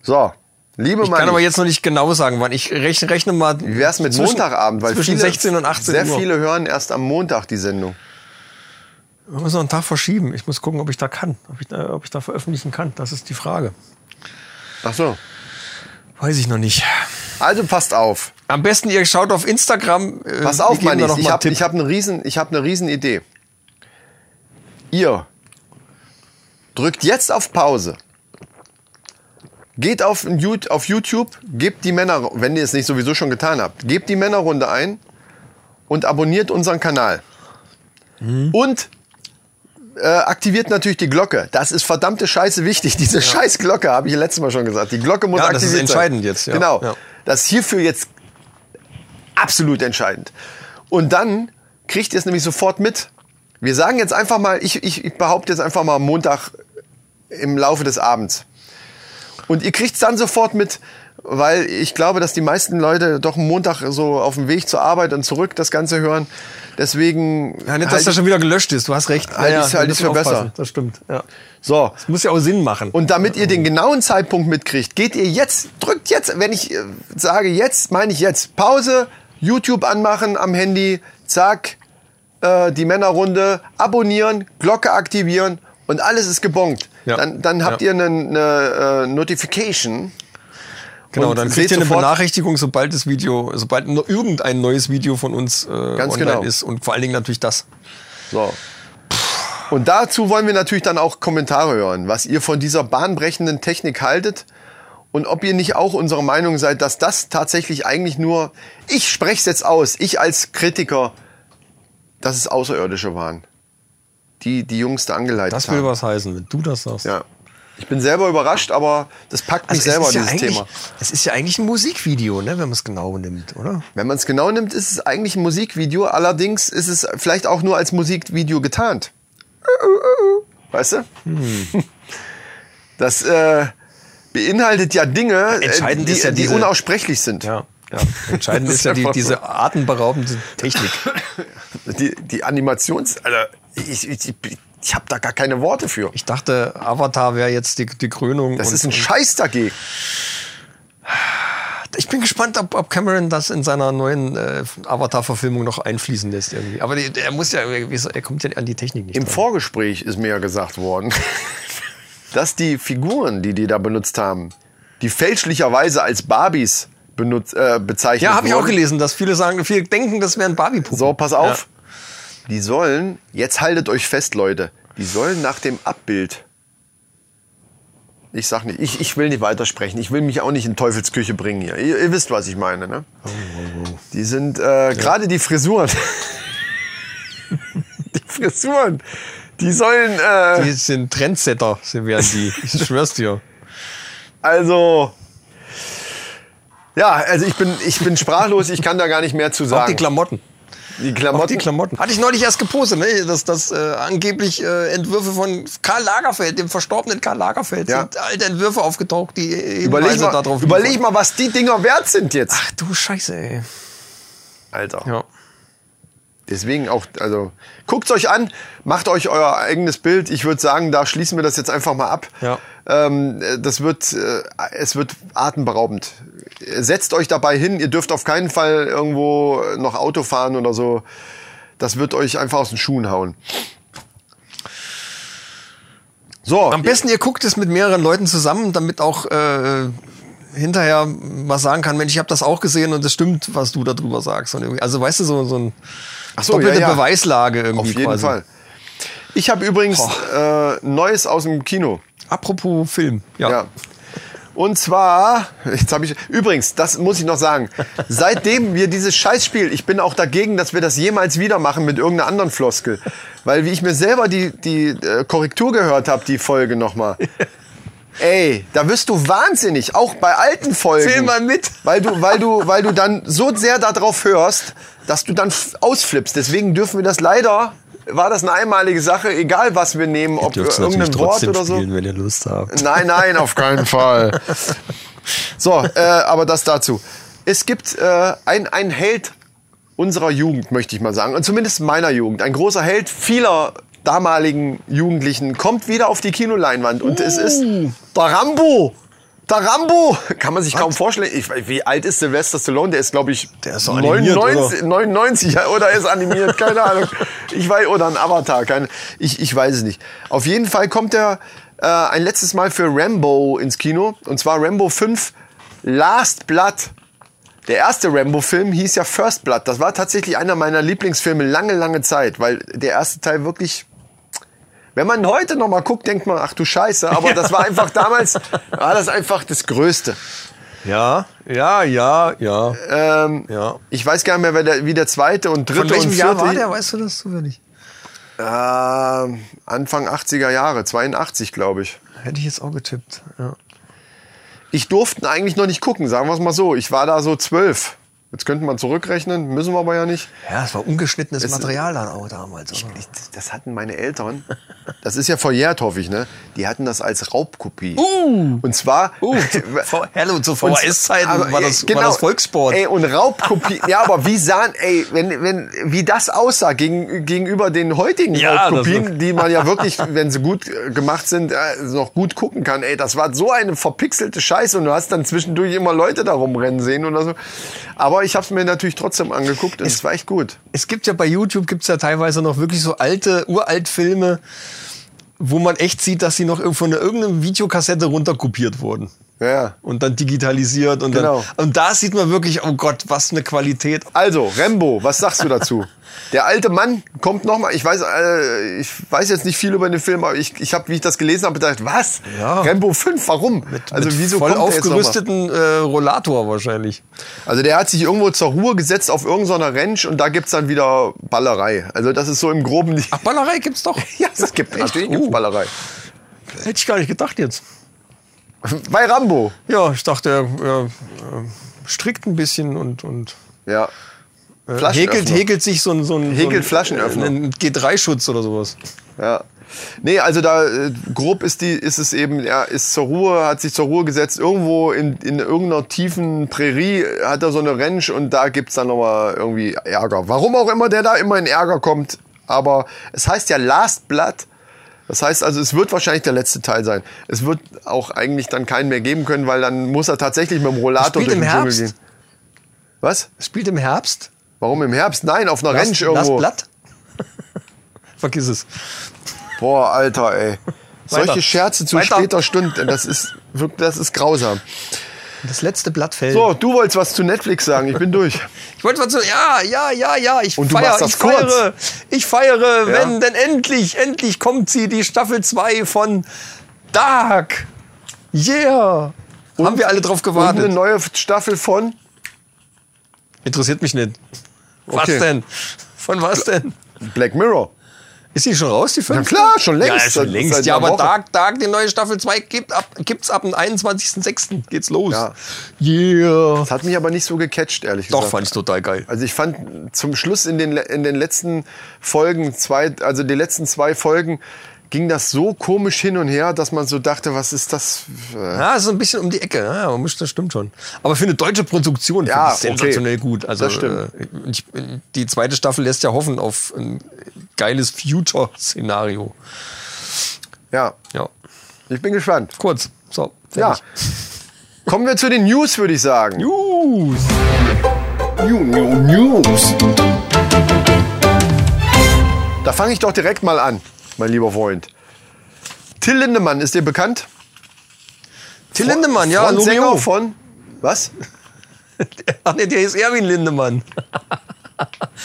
So, liebe Ich kann aber Mann, jetzt noch nicht genau sagen, wann. Ich rechne, rechne mal. wie wär's mit zwischen- Montagabend? Weil zwischen viele, 16 und 18 Sehr Uhr. viele hören erst am Montag die Sendung. Wir müssen noch einen Tag verschieben. Ich muss gucken, ob ich da kann, ob ich da, ob ich da veröffentlichen kann. Das ist die Frage. Ach so. Weiß ich noch nicht. Also passt auf. Am besten ihr schaut auf Instagram. äh, Pass wir auf, geben da Mann, noch ich mal habe einen Tipp. hab eine riesen, ich habe eine riesen Idee. Ihr drückt jetzt auf Pause. Geht auf, ein Yout- auf YouTube, gebt die Männer, wenn ihr es nicht sowieso schon getan habt, gebt die Männerrunde ein und abonniert unseren Kanal. Hm. Und äh, aktiviert natürlich die Glocke. Das ist verdammte Scheiße wichtig. Diese scheiß Glocke habe ich letztes Mal schon gesagt. Die Glocke muss Ja, das ist aktiviert sein. entscheidend jetzt, ja. Genau. Ja. Das ist hierfür jetzt absolut entscheidend. Und dann kriegt ihr es nämlich sofort mit. Wir sagen jetzt einfach mal, ich, ich, ich behaupte jetzt einfach mal Montag im Laufe des Abends. Und ihr kriegt es dann sofort mit, weil ich glaube, dass die meisten Leute doch Montag so auf dem Weg zur Arbeit und zurück das Ganze hören. Deswegen ja, nicht, dass halt- das schon wieder gelöscht ist. Du hast recht. Halt ich's- wir halt ich's müssen für besser. aufpassen. Das stimmt. Ja. so. Das muss ja auch Sinn machen. Und damit ihr den genauen Zeitpunkt mitkriegt, geht ihr jetzt, drückt jetzt, wenn ich äh, sage jetzt, meine ich jetzt, Pause, YouTube anmachen am Handy, zack, äh, die Männerrunde, abonnieren, Glocke aktivieren und alles ist gebongt. Ja. Dann, dann habt Ja. ihr eine, eine äh, Notification. genau, und dann seht kriegt ihr eine sofort- Benachrichtigung, sobald das Video, sobald nur irgendein neues Video von uns äh, Ganz online genau. ist. Und vor allen Dingen natürlich das. So. Und dazu wollen wir natürlich dann auch Kommentare hören, was ihr von dieser bahnbrechenden Technik haltet und ob ihr nicht auch unserer Meinung seid, dass das tatsächlich eigentlich nur, ich spreche es jetzt aus, ich als Kritiker, dass es Außerirdische waren, die die Jungs da angeleitet Das will haben. was heißen, wenn du das sagst. Ja. Ich bin selber überrascht, aber das packt Also mich selber, dieses eigentlich, Thema. es ist ja eigentlich ein Musikvideo, ne, wenn man es genau nimmt, oder? Wenn man es genau nimmt, ist es eigentlich ein Musikvideo, allerdings ist es vielleicht auch nur als Musikvideo getarnt. Weißt du? Das äh, beinhaltet ja Dinge, äh, Entscheidend die, ist ja die diese- unaussprechlich sind. Ja. ja. Entscheidend ist ja die, diese atemberaubende Technik. Die, die Animations... Alter, ich, ich, ich habe da gar keine Worte für. Ich dachte, Avatar wäre jetzt die, die Krönung. Das und- ist ein Scheiß dagegen. Ich bin gespannt, ob, ob Cameron das in seiner neuen äh, Avatar-Verfilmung noch einfließen lässt irgendwie. Aber die, er muss ja, irgendwie so- er kommt ja an die Technik nicht. Im dran. Vorgespräch ist mir ja gesagt worden, dass die Figuren, die die da benutzt haben, die fälschlicherweise als Barbies benutzt, äh, bezeichnet ja, habe ich auch wurden. gelesen, dass viele sagen, viele denken, das wären Barbie-Puppen. So, pass auf. Die sollen, jetzt haltet euch fest, Leute, die sollen nach dem Abbild. Ich sag nicht, ich, ich will nicht weitersprechen. Ich will mich auch nicht in Teufelsküche bringen hier. Ihr, ihr wisst, was ich meine, ne? Oh, Die sind, äh, gerade die Frisuren. die Frisuren. Die sollen, äh, Die sind Trendsetter, sie wären die. Ich schwör's dir. also. Ja, also ich bin, ich bin sprachlos, ich kann da gar nicht mehr zu Auch die sagen. Klamotten. die Auch Klamotten. die Klamotten. Hatte ich neulich erst gepostet, ne? dass das äh, angeblich äh, Entwürfe von Karl Lagerfeld, dem verstorbenen Karl Lagerfeld, Ja. sind alte Entwürfe aufgetaucht, die äh, Überleg, Hinweise mal, darauf überleg liefern. mal, was die Dinger wert sind jetzt. Ach du Scheiße, ey. Alter. Ja. Deswegen auch, also guckt's euch an, macht euch euer eigenes Bild. Ich würde sagen, da schließen wir das jetzt einfach mal ab. Ja. Ähm, äh, das wird, äh, es wird atemberaubend. Setzt euch dabei hin. Ihr dürft auf keinen Fall irgendwo noch Auto fahren oder so. Das wird euch einfach aus den Schuhen hauen. So, Am besten, ihr guckt es mit mehreren Leuten zusammen, damit auch äh, hinterher mal sagen kann, Mensch, ich habe das auch gesehen und es stimmt, was du darüber sagst. Und irgendwie, also weißt du, so, so ein so, doppelte ja, ja. Beweislage irgendwie auf jeden quasi. Fall. Ich habe übrigens äh, Neues aus dem Kino. Apropos Film. Ja. Ja. Und zwar, jetzt habe ich, übrigens, das muss ich noch sagen. Seitdem wir dieses Scheißspiel, ich bin auch dagegen, dass wir das jemals wieder machen mit irgendeiner anderen Floskel. Weil wie ich mir selber die, die äh, Korrektur gehört habe, die Folge nochmal. Ey, da wirst du wahnsinnig, auch bei alten Folgen. Zähl mal mit. Weil du, weil du, weil du dann so sehr darauf hörst, dass du dann f- ausflippst. Deswegen dürfen wir das leider, war das eine einmalige Sache, egal was wir nehmen, ob irgendein Wort oder so. wenn ihr Lust habt. Nein, nein, auf keinen Fall. So, äh, aber das dazu. Es gibt äh, ein- einen Held unserer Jugend, möchte ich mal sagen. Und zumindest meiner Jugend. Ein großer Held vieler damaligen Jugendlichen kommt wieder auf die Kinoleinwand. Und es ist Uh. der Rambo. Der Rambo. Kann man sich kaum vorstellen. Ich, weiß, wie alt ist Sylvester Stallone? Der ist, glaube ich, Der ist doch animiert, 99, 99 ja, oder er ist animiert. Keine Ahnung. Ich weiß, oder ein Avatar. Keine, ich, ich weiß es nicht. Auf jeden Fall kommt er äh, ein letztes Mal für Rambo ins Kino. Und zwar Rambo 5 Last Blood. Der erste Rambo-Film hieß ja First Blood. Das war tatsächlich einer meiner Lieblingsfilme lange, lange Zeit, weil der erste Teil wirklich. Wenn man heute noch mal guckt, denkt man, ach du Scheiße, aber das war einfach damals, war das einfach das Größte. Ja, ja, ja, ja. Ähm, Ja. Ich weiß gar nicht mehr, wer der, wie der zweite und dritte Von welchem und Jahr vierte. war der, weißt du das zufällig? Ähm, Anfang 80er Jahre, 82 glaube ich. Hätte ich jetzt auch getippt. Ja. Ich durfte ihn eigentlich noch nicht gucken, sagen wir es mal so. Ich war da so zwölf. Jetzt könnten wir zurückrechnen, müssen wir aber ja nicht. Ja, es war ungeschnittenes Es- Material dann auch damals. Oder? Ich, das hatten meine Eltern. Das ist ja verjährt, hoffe ich, ne? Die hatten das als Raubkopie. und zwar. V- Hallo, Uh. zu Und- VHS-Zeiten aber, war ey, das, war das Volkssport. Ey, und Raubkopie. ja, aber wie sahen, ey, wenn, wenn, wie das aussah gegen, gegenüber den heutigen Ja, das Raubkopien, die man ja wirklich, wenn sie gut äh, gemacht sind, äh, noch gut gucken kann. Ey, das war so eine verpixelte Scheiße und du hast dann zwischendurch immer Leute da rumrennen sehen oder so. Aber ich habe es mir natürlich trotzdem angeguckt und es war echt gut. Es gibt ja bei YouTube gibt's ja teilweise noch wirklich so alte, uralt Filme, wo man echt sieht, dass sie noch irgendwo von irgendeiner Videokassette runterkopiert wurden. Ja, ja. Und dann digitalisiert und Genau. dann. Und da sieht man wirklich, oh Gott, was eine Qualität. Also, Rembo, was sagst du dazu? Der alte Mann kommt nochmal. Ich weiß, äh, ich weiß jetzt nicht viel über den Film, aber ich, ich habe, wie ich das gelesen habe, gedacht, was? Ja. Rembo 5, warum? also, wieso voll kommt der jetzt noch mal? aufgerüsteten äh, Rollator wahrscheinlich. Also, der hat sich irgendwo zur Ruhe gesetzt auf irgendeiner Ranch und da gibt's dann wieder Ballerei. Also, das ist so im Groben die. Ach, Ballerei gibt's doch. Ja, es gibt Echt? natürlich Uh. gibt's Ballerei. Hätte ich gar nicht gedacht jetzt. Bei Rambo. Ja, ich dachte, er, er äh, strickt ein bisschen und, und Ja. äh, Flaschenöffner. häkelt, häkelt sich so ein, so ein, Häkelt so ein, Flaschenöffner. einen G3-Schutz oder sowas. Ja. Nee, also da äh, grob ist die ist es eben, er ist zur Ruhe, hat sich zur Ruhe gesetzt, irgendwo in, in irgendeiner tiefen Prärie äh, hat er so eine Ranch und da gibt's dann nochmal irgendwie Ärger. Warum auch immer der da immer in Ärger kommt, aber es heißt ja Last Blood. Das heißt also, es wird wahrscheinlich der letzte Teil sein. Es wird auch eigentlich dann keinen mehr geben können, weil dann muss er tatsächlich mit dem Rollator Spielt durch den im Dschungel Herbst? gehen. Was? Spielt im Herbst. Warum im Herbst? Nein, auf einer Ranch irgendwo. Blatt? Vergiss es. Boah, Alter, ey. Weiter. Solche Scherze zu Weiter. später Stunde, das ist, wirklich- das ist grausam. Das letzte Blatt fällt. So, du wolltest was zu Netflix sagen, ich bin durch. Ich wollte mal so, ja, ja, ja, ja, ich Und du feiere, machst das ich feiere, ich feiere, Ja. wenn denn endlich, endlich kommt sie, die Staffel 2 von Dark. Yeah. Haben wir alle drauf Und eine gewartet. neue Staffel von, Interessiert mich nicht. Was Okay. denn? Von was denn? Black Mirror. Ist die schon raus, die fünfte? klar, schon längst. Ja, schon Seit- längst. seit ja, einer aber Woche. Dark, Dark, die neue Staffel 2 gibt ab, gibt's ab dem 21.06. geht's los. Ja. Yeah. Das hat mich aber nicht so gecatcht, ehrlich Doch, gesagt. fand ich total geil. Also ich fand zum Schluss in den, le- in den letzten Folgen, zwei, also die letzten zwei Folgen, ging das so komisch hin und her, dass man so dachte, was ist das? äh, Ja, ist so ein bisschen um die Ecke. Ja, man muss- das stimmt schon. Aber für eine deutsche Produktion Ja, finde ich sensationell okay. gut. Also Das stimmt. äh, ich, die zweite Staffel lässt ja hoffen auf ein geiles Future-Szenario. Ja, Ja, ich bin gespannt. kurz. So, Ja. fertig. Kommen wir zu den News, würde ich sagen. News. Da fange ich doch direkt mal an, mein lieber Freund. Till Lindemann, ist dir bekannt? Till Lindemann, ja, Sänger Loriot. von was? Ach nee, der ist Erwin Lindemann.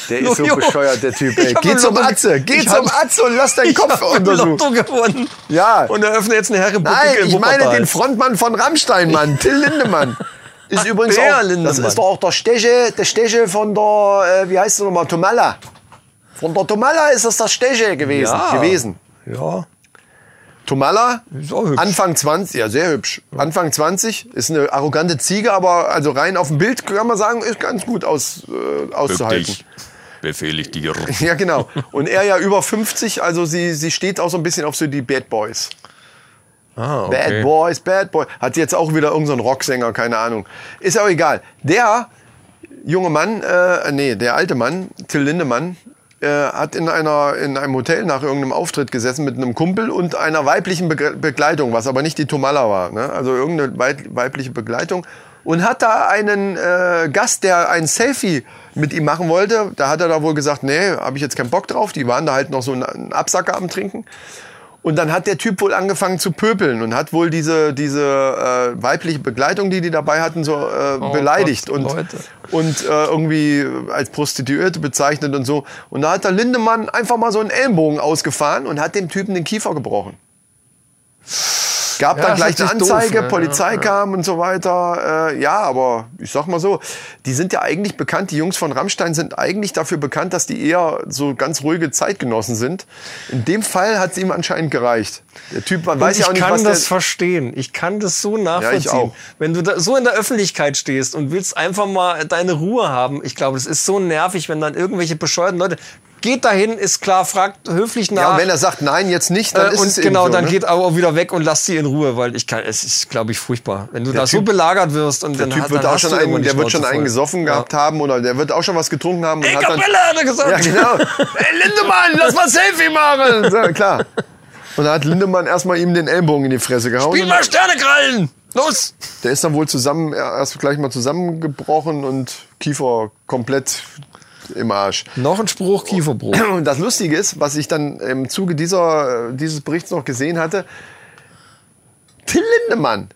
Der ist so Loriot. bescheuert, der Typ. Ey. Ich hab Geh im zum Lotto- Atze, geh ich zum hab- Atze und lass deinen Ich Kopf habe untersuchen. Lotto gewonnen. Ja. Und eröffne jetzt eine Herrenbrücke Nein, in ich meine Wuppertal. den Frontmann von Rammstein, Mann, Till Lindemann. Ist Ach, der Lindemann. Das ist doch auch der Steche, der Steche von der, äh, wie heißt der nochmal, Tomalla. Von der Tomalla ist das das Steche gewesen. Ja. gewesen. Ja. Tomalla, Ist auch hübsch. Anfang 20, ja, sehr hübsch. Anfang 20, ist eine arrogante Ziege, aber also rein auf dem Bild kann man sagen, ist ganz gut aus, äh, auszuhalten. Befehl ich dir. Ja, genau. Und er ja über 50, also sie, sie steht auch so ein bisschen auf so die Bad Boys. Ah, Bad Boys, Bad Boys. Hat jetzt auch wieder irgendeinen Rocksänger, keine Ahnung. Ist auch egal. Der junge Mann, äh, nee, der alte Mann, Till Lindemann, äh, hat in, einer, in einem Hotel nach irgendeinem Auftritt gesessen mit einem Kumpel und einer weiblichen Be Begleitung, was aber nicht die Tomala war. Ne? Also irgendeine wei- weibliche Begleitung. Und hat da einen äh, Gast, der ein Selfie mit ihm machen wollte. Da hat er da wohl gesagt, nee, habe ich jetzt keinen Bock drauf. Die waren da halt noch so einen Absacker am Trinken. Und dann hat der Typ wohl angefangen zu pöbeln und hat wohl diese, diese äh, weibliche Begleitung, die die dabei hatten, so äh, beleidigt Oh Gott, und, Leute. und äh, irgendwie als Prostituierte bezeichnet und so. Und da hat der Lindemann einfach mal so einen Ellenbogen ausgefahren und hat dem Typen den Kiefer gebrochen. Gab Ja, dann das gleich ist eine natürlich doof, Anzeige, ne? Polizei kam und so weiter. Äh, ja, aber ich sag mal so, die sind ja eigentlich bekannt, die Jungs von Rammstein sind eigentlich dafür bekannt, dass die eher so ganz ruhige Zeitgenossen sind. In dem Fall hat es ihm anscheinend gereicht. Der Typ, man weiß ich ja auch nicht, kann was das der... verstehen. Ich kann das so nachvollziehen. ich auch. Wenn du da so in der Öffentlichkeit stehst und willst einfach mal deine Ruhe haben, ich glaube, das ist so nervig, wenn dann irgendwelche bescheuerten Leute geht dahin, ist klar, fragt höflich nach. Ja, und wenn er sagt, nein, jetzt nicht, dann äh, ist und es eben genau, so, dann ne? geht aber auch wieder weg und lass sie in Ruhe, weil ich kann, es ist, glaube ich, furchtbar. Wenn du da so Typ- belagert wirst und der dann Typ hat- wird dann auch hast schon du einen, irgendwann die der wird Schnauze schon einen voll. gesoffen gehabt haben oder der wird auch schon was getrunken haben. Und Ey, hat dann, Kapelle, hat er gesagt. Ja, genau. Ey, Lindemann, lass mal ein Selfie machen. So, klar. Und da hat Lindemann erstmal ihm den Ellenbogen in die Fresse gehauen. Spiel Und mal Sternekrallen! Los! Der ist dann wohl zusammen, erst gleich mal zusammengebrochen und Kiefer komplett im Arsch. Noch ein Spruch, Kieferbruch. Und das Lustige ist, was ich dann im Zuge dieser, dieses Berichts noch gesehen hatte, Till Lindemann.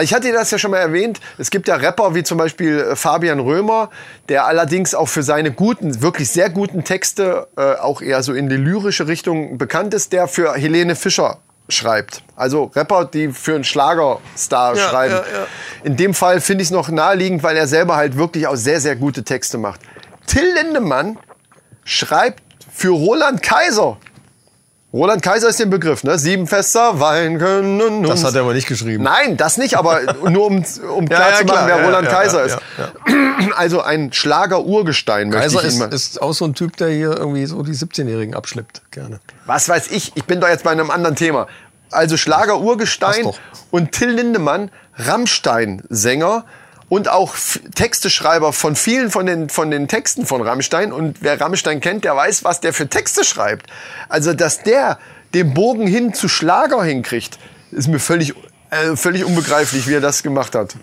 Ich hatte das ja schon mal erwähnt. Es gibt ja Rapper wie zum Beispiel äh, Fabian Römer, der allerdings auch für seine guten, wirklich sehr guten Texte äh, auch eher so in die lyrische Richtung bekannt ist, der für Helene Fischer schreibt. Also Rapper, die für einen Schlagerstar Ja, schreiben. ja, ja. In dem Fall finde ich es noch naheliegend, weil er selber halt wirklich auch sehr, sehr gute Texte macht. Till Lindemann schreibt für Roland Kaiser. Roland Kaiser ist den Begriff, ne? Sieben Fester, Wein können uns. Das hat er aber nicht geschrieben. Nein, das nicht, aber nur um, um klar ja, zu machen, klar, wer ja, Roland ja, Kaiser ja, ist. Also ein Schlager-Urgestein, möchte Kaiser ich ihn ist, mal. also ist auch so ein Typ, der hier irgendwie so die 17-Jährigen abschleppt. Gerne. Was weiß ich, ich bin doch jetzt bei einem anderen Thema. Also Passt Schlager-Urgestein doch. und Till Lindemann, Rammstein-Sänger und auch F Texteschreiber von vielen von den, von den Texten von Rammstein. Und wer Rammstein kennt, der weiß, was der für Texte schreibt. Also, dass der den Bogen hin zu Schlager hinkriegt, ist mir völlig, äh, völlig unbegreiflich, wie er das gemacht hat.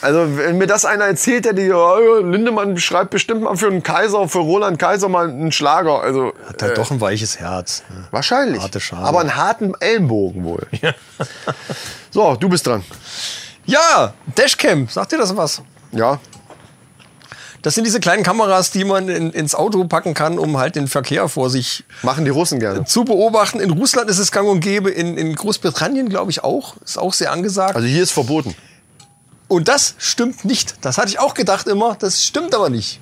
Also, wenn mir das einer erzählt hätte, ja, ja, Lindemann schreibt bestimmt mal für einen Kaiser, für Roland Kaiser mal einen Schlager. Also, Hat halt doch ein weiches Herz. Ne? Wahrscheinlich. Harte Schale. Aber einen harten Ellenbogen wohl. so, du bist dran. Ja, Dashcam, sagt dir das was? Ja. Das sind diese kleinen Kameras, die man in, ins Auto packen kann, um halt den Verkehr vor sich Machen die Russen gerne. zu beobachten. In Russland ist es gang und gäbe, in, in Großbritannien glaube ich auch, ist auch sehr angesagt. Also hier ist verboten. Und das stimmt nicht. Das hatte ich auch gedacht immer, das stimmt aber nicht.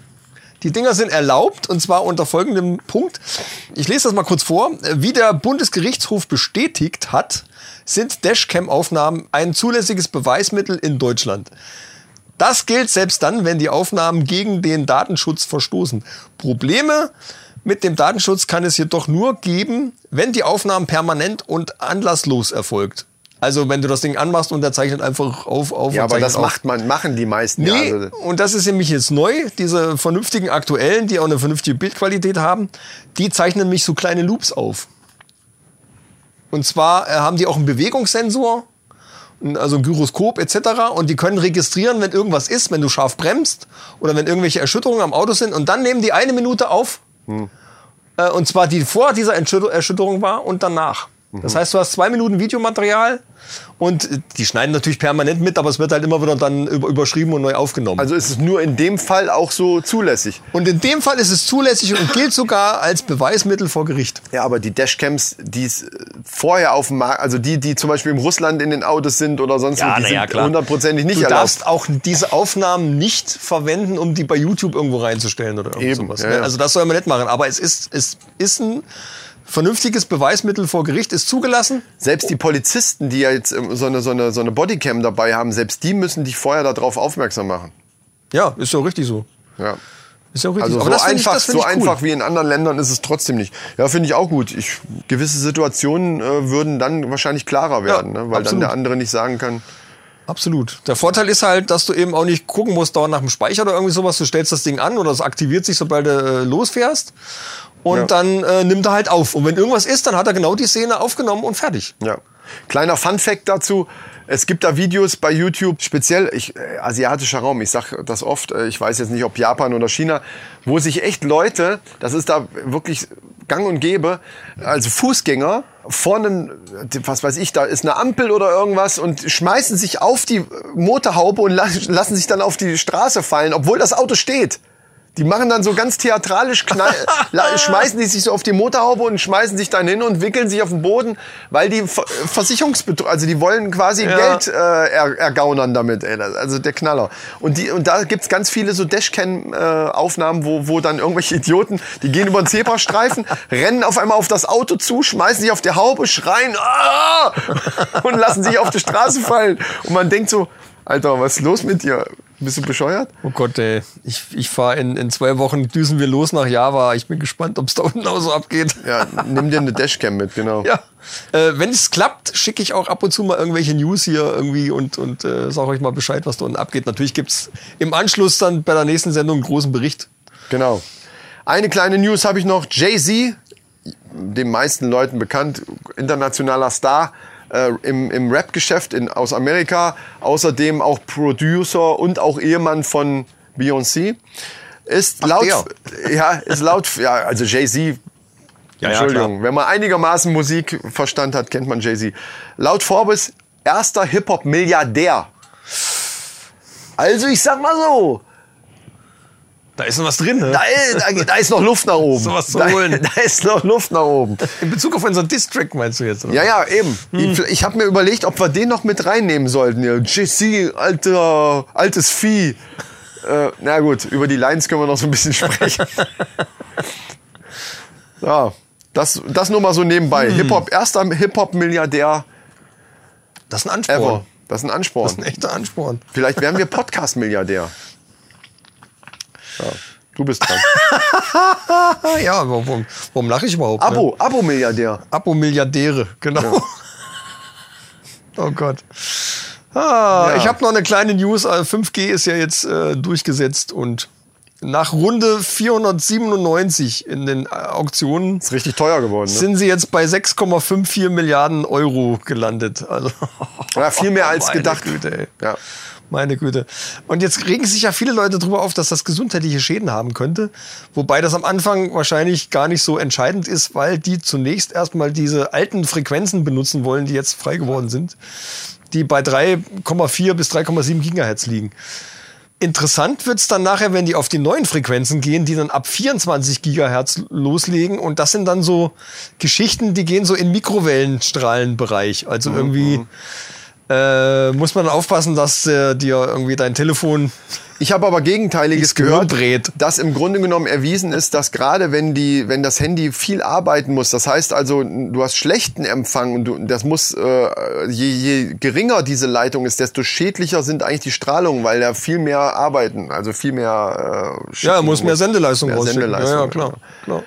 Die Dinger sind erlaubt und zwar unter folgendem Punkt. Ich lese das mal kurz vor. Wie der Bundesgerichtshof bestätigt hat, sind Dashcam-Aufnahmen ein zulässiges Beweismittel in Deutschland. Das gilt selbst dann, wenn die Aufnahmen gegen den Datenschutz verstoßen. Probleme mit dem Datenschutz kann es jedoch nur geben, wenn die Aufnahmen permanent und anlasslos erfolgt. Also wenn du das Ding anmachst und der zeichnet einfach auf, auf Ja, und zeichnet aber Also das auf. macht man, machen die meisten. ja, Nee, also, und das ist nämlich jetzt neu, diese vernünftigen aktuellen, die auch eine vernünftige Bildqualität haben, die zeichnen mich so kleine Loops auf. Und zwar äh, haben die auch einen Bewegungssensor, n- also ein Gyroskop etc. Und die können registrieren, wenn irgendwas ist, wenn du scharf bremst oder wenn irgendwelche Erschütterungen am Auto sind. Und dann nehmen die eine Minute auf. Äh, und zwar die vor dieser Entschütter- Erschütterung war und danach. Das heißt, du hast zwei Minuten Videomaterial und äh, die schneiden natürlich permanent mit, aber es wird halt immer wieder dann über- überschrieben und neu aufgenommen. also ist es nur in dem Fall auch so zulässig. Und in dem Fall ist es zulässig und gilt sogar als Beweismittel vor Gericht. Ja, aber die Dashcams, die es äh, vorher auf dem Markt, also die, die zum Beispiel im Russland in den Autos sind oder sonst wo, die na sind hundertprozentig nicht du erlaubt. darfst auch diese Aufnahmen nicht verwenden, um die bei YouTube irgendwo reinzustellen oder irgend Eben, sowas. ja, ne? ja. Also das soll man nicht machen. Aber es ist, es ist ein vernünftiges Beweismittel vor Gericht, ist zugelassen. Selbst die Polizisten, die ja jetzt ähm, so eine, so eine, so eine Bodycam dabei haben, selbst die müssen dich vorher darauf aufmerksam machen. Ja, ist ja richtig so. Ja. Ist ja richtig. Also Aber so das find ich- einfach, das find so ich cool. einfach wie in anderen Ländern ist es trotzdem nicht. Ja, finde ich auch gut. Ich, gewisse Situationen äh, würden dann wahrscheinlich klarer werden, ne? weil dann absolut. der andere nicht sagen kann. Absolut. Der Vorteil ist halt, dass du eben auch nicht gucken musst, dauernd nach dem Speicher oder irgendwie sowas. Du stellst das Ding an oder es aktiviert sich, sobald du äh, losfährst. Und dann äh, nimmt er halt auf. Und wenn irgendwas ist, dann hat er genau die Szene aufgenommen und fertig. Ja. Kleiner Fun Fact dazu. Es gibt da Videos bei YouTube, speziell ich, äh, asiatischer Raum, ich sag das oft, äh, ich weiß jetzt nicht, ob Japan oder China, wo sich echt Leute, das ist da wirklich gang und gäbe, also Fußgänger, vorne, was weiß ich, da ist eine Ampel oder irgendwas und schmeißen sich auf die äh, Motorhaube und la- lassen sich dann auf die Straße fallen, obwohl das Auto steht. Die machen dann so ganz theatralisch, knall, la- schmeißen die sich so auf die Motorhaube und schmeißen sich dann hin und wickeln sich auf den Boden, weil die Ver Versicherungsbetrug, also die wollen quasi Geld äh, er ergaunern damit, ey. Das- also der Knaller. Und, die, und da gibt's ganz viele so Dashcam-Aufnahmen, wo, wo dann irgendwelche Idioten, die gehen über den Zebrastreifen, rennen auf einmal auf das Auto zu, schmeißen sich auf die Haube, schreien "Ah!" und lassen sich auf die Straße fallen. Und man denkt so, Alter, was ist los mit dir? Bist du bescheuert? Oh Gott, ey. Ich, ich fahre in, in zwei Wochen, düsen wir los nach Java. Ich bin gespannt, ob es da unten auch so abgeht. Ja, nimm dir eine Dashcam mit, genau. Ja. Äh, wenn es klappt, schicke ich auch ab und zu mal irgendwelche News hier irgendwie und, und äh, sage euch mal Bescheid, was da unten abgeht. Natürlich gibt's im Anschluss dann bei der nächsten Sendung einen großen Bericht. Genau. Eine kleine News habe ich noch. Jay-Z, den meisten Leuten bekannt, internationaler Star äh, im, im Rap-Geschäft in, aus Amerika, außerdem auch Producer und auch Ehemann von Beyoncé, ist laut, ja, ist laut, ja, also Jay-Z Ja, Entschuldigung, wenn man einigermaßen Musikverstand hat, kennt man Jay-Z. Laut Forbes, erster Hip-Hop-Milliardär. Also ich sag mal so, Da ist noch was drin, ne? da, da, da ist noch Luft nach oben. So was zu da, holen. da ist noch Luft nach oben. In Bezug auf unseren District meinst du jetzt? Oder? Ja, ja, eben. Hm. Ich, ich habe mir überlegt, ob wir den noch mit reinnehmen sollten. Ja, JC, alter, altes Vieh. Äh, na gut, über die Lines können wir noch so ein bisschen sprechen. ja, das, das nur mal so nebenbei. Hm. Hip-Hop, erster Hip-Hop-Milliardär Das ist ein ever. Ansporn. Das ist ein Ansporn. Das ist ein E- echter Ansporn. Vielleicht wären wir Podcast-Milliardär. Ja, du bist dran. Ah ja, aber warum, warum lache ich überhaupt? ne? Abo, Abo-Milliardär. Abo-Milliardäre, genau. Oh Gott. Ah, Ja. Ich habe noch eine kleine News. Äh, 5G ist ja jetzt äh, durchgesetzt und nach Runde 497 in den äh, Auktionen Ist richtig teuer geworden. Ne? sind sie jetzt bei 6,54 Milliarden Euro gelandet. Also, Ja, viel mehr als meine gedacht. Güte, ey. Ja. Meine Güte. Und jetzt regen sich ja viele Leute drüber auf, dass das gesundheitliche Schäden haben könnte. Wobei das am Anfang wahrscheinlich gar nicht so entscheidend ist, weil die zunächst erstmal diese alten Frequenzen benutzen wollen, die jetzt frei geworden sind, die bei 3,4 bis 3,7 Gigahertz liegen. Interessant wird's dann nachher, wenn die auf die neuen Frequenzen gehen, die dann ab 24 Gigahertz loslegen. Und das sind dann Mhm, so Geschichten, die gehen so in Mikrowellenstrahlenbereich. Also irgendwie äh, muss man aufpassen, dass äh, dir irgendwie dein Telefon Ich habe aber Gegenteiliges Ins Gehirn gehört, brät. dass im Grunde genommen erwiesen ist, dass gerade wenn die, wenn das Handy viel arbeiten muss, das heißt also, du hast schlechten Empfang und du, das muss, äh, je, je geringer diese Leitung ist, desto schädlicher sind eigentlich die Strahlungen, weil da viel mehr arbeiten, also viel mehr. Äh, ja, schicken muss mehr Sendeleistung Mehr rausschicken. Sendeleistung, ja, ja, klar. klar.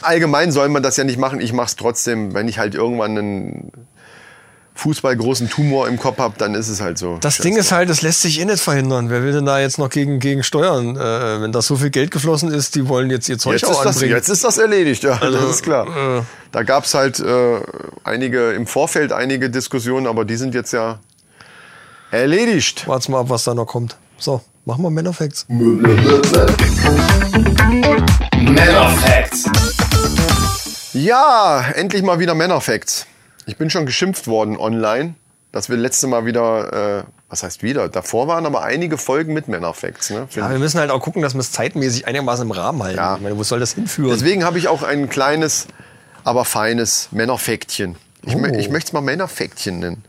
Allgemein soll man das ja nicht machen. Ich mache es trotzdem, wenn ich halt irgendwann einen Fußballgroßen Tumor im Kopf habe, dann ist es halt so. Das Ding ist halt, das lässt sich eh nicht verhindern. Wer will denn da jetzt noch gegen, gegen steuern? Äh, wenn da so viel Geld geflossen ist, die wollen jetzt ihr Zeug Jetzt auch ist, das, anbringen. jetzt ist das erledigt, ja, das ist klar. äh. da gab es halt äh, einige, im Vorfeld einige Diskussionen, aber die sind jetzt ja erledigt. Wart's mal ab, was da noch kommt. So, machen wir Man of Facts. Ja, endlich mal wieder Männerfacts. Ich bin schon geschimpft worden online, dass wir letzte Mal wieder, äh, was heißt wieder, davor waren aber einige Folgen mit Männerfacts. Ne? Ja, wir müssen halt auch gucken, dass wir es zeitmäßig einigermaßen im Rahmen halten. Ja. Ich meine, wo soll das hinführen? Deswegen habe ich auch ein kleines, aber feines Männerfäktchen. Ich, mö- ich möchte es mal Männerfäktchen nennen.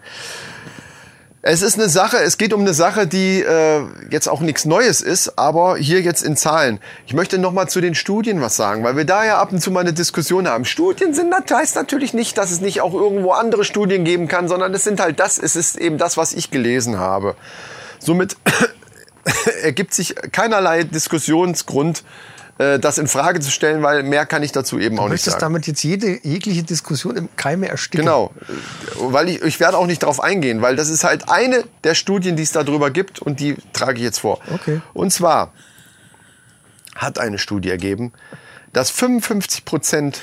Es ist eine Sache, es geht um eine Sache, die äh, jetzt auch nichts Neues ist, aber hier jetzt in Zahlen. Ich möchte noch mal zu den Studien was sagen, weil wir da ja ab und zu mal eine Diskussion haben. Studien sind nat- heißt natürlich nicht, dass es nicht auch irgendwo andere Studien geben kann, sondern es sind halt das, es ist eben das, was ich gelesen habe. Somit ergibt sich keinerlei Diskussionsgrund, äh, das in Frage zu stellen, weil mehr kann ich dazu eben auch du nicht möchtest sagen. damit jetzt jede jegliche Diskussion im Keime ersticken. Genau, weil ich, ich werde auch nicht darauf eingehen, weil das ist halt eine der Studien, die es darüber gibt und die trage ich jetzt vor. Okay. Und zwar hat eine Studie ergeben, dass 55 Prozent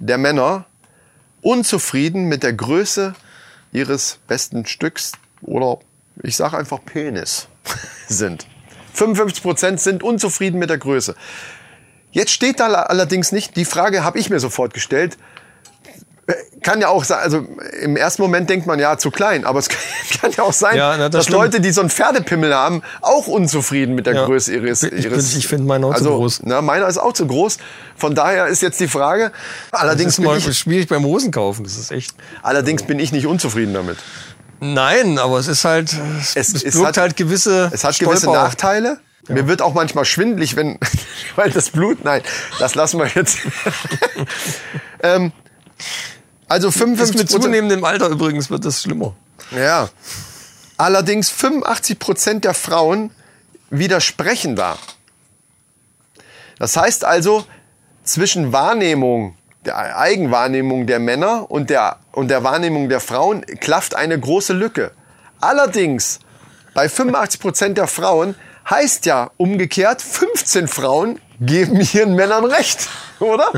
der Männer unzufrieden mit der Größe ihres besten Stücks oder ich sage einfach Penis sind. 55 Prozent sind unzufrieden mit der Größe. Jetzt steht da allerdings nicht, die Frage habe ich mir sofort gestellt, kann ja auch sein, also im ersten Moment denkt man ja zu klein, aber es kann, kann ja auch sein, Ja, na, das dass stimmt. Leute, die so einen Pferdepimmel haben, auch unzufrieden mit der Ja. Größe ihres. Ich bin- ihres ich finde meinen auch zu also, groß. Na, meiner ist auch zu groß. Von daher ist jetzt die Frage. Allerdings, Das ist bin mal ich, schwierig beim Hosen kaufen. Das ist echt. allerdings bin ich nicht unzufrieden damit. Nein, aber es ist halt. Es, Es- es, es birgt hat- halt gewisse. Es hat gewisse Stolperer. Nachteile. Mir wird auch manchmal schwindelig, wenn, weil das Blut, nein, das lassen wir jetzt. ähm, also Das 55 mit zunehmendem Alter übrigens wird das schlimmer. Ja. Allerdings 85 Prozent der Frauen widersprechen da. Das heißt also, zwischen Wahrnehmung, der Eigenwahrnehmung der Männer und der, und der Wahrnehmung der Frauen klafft eine große Lücke. Allerdings, bei 85 Prozent der Frauen heißt ja umgekehrt, 15 Frauen geben ihren Männern recht, oder?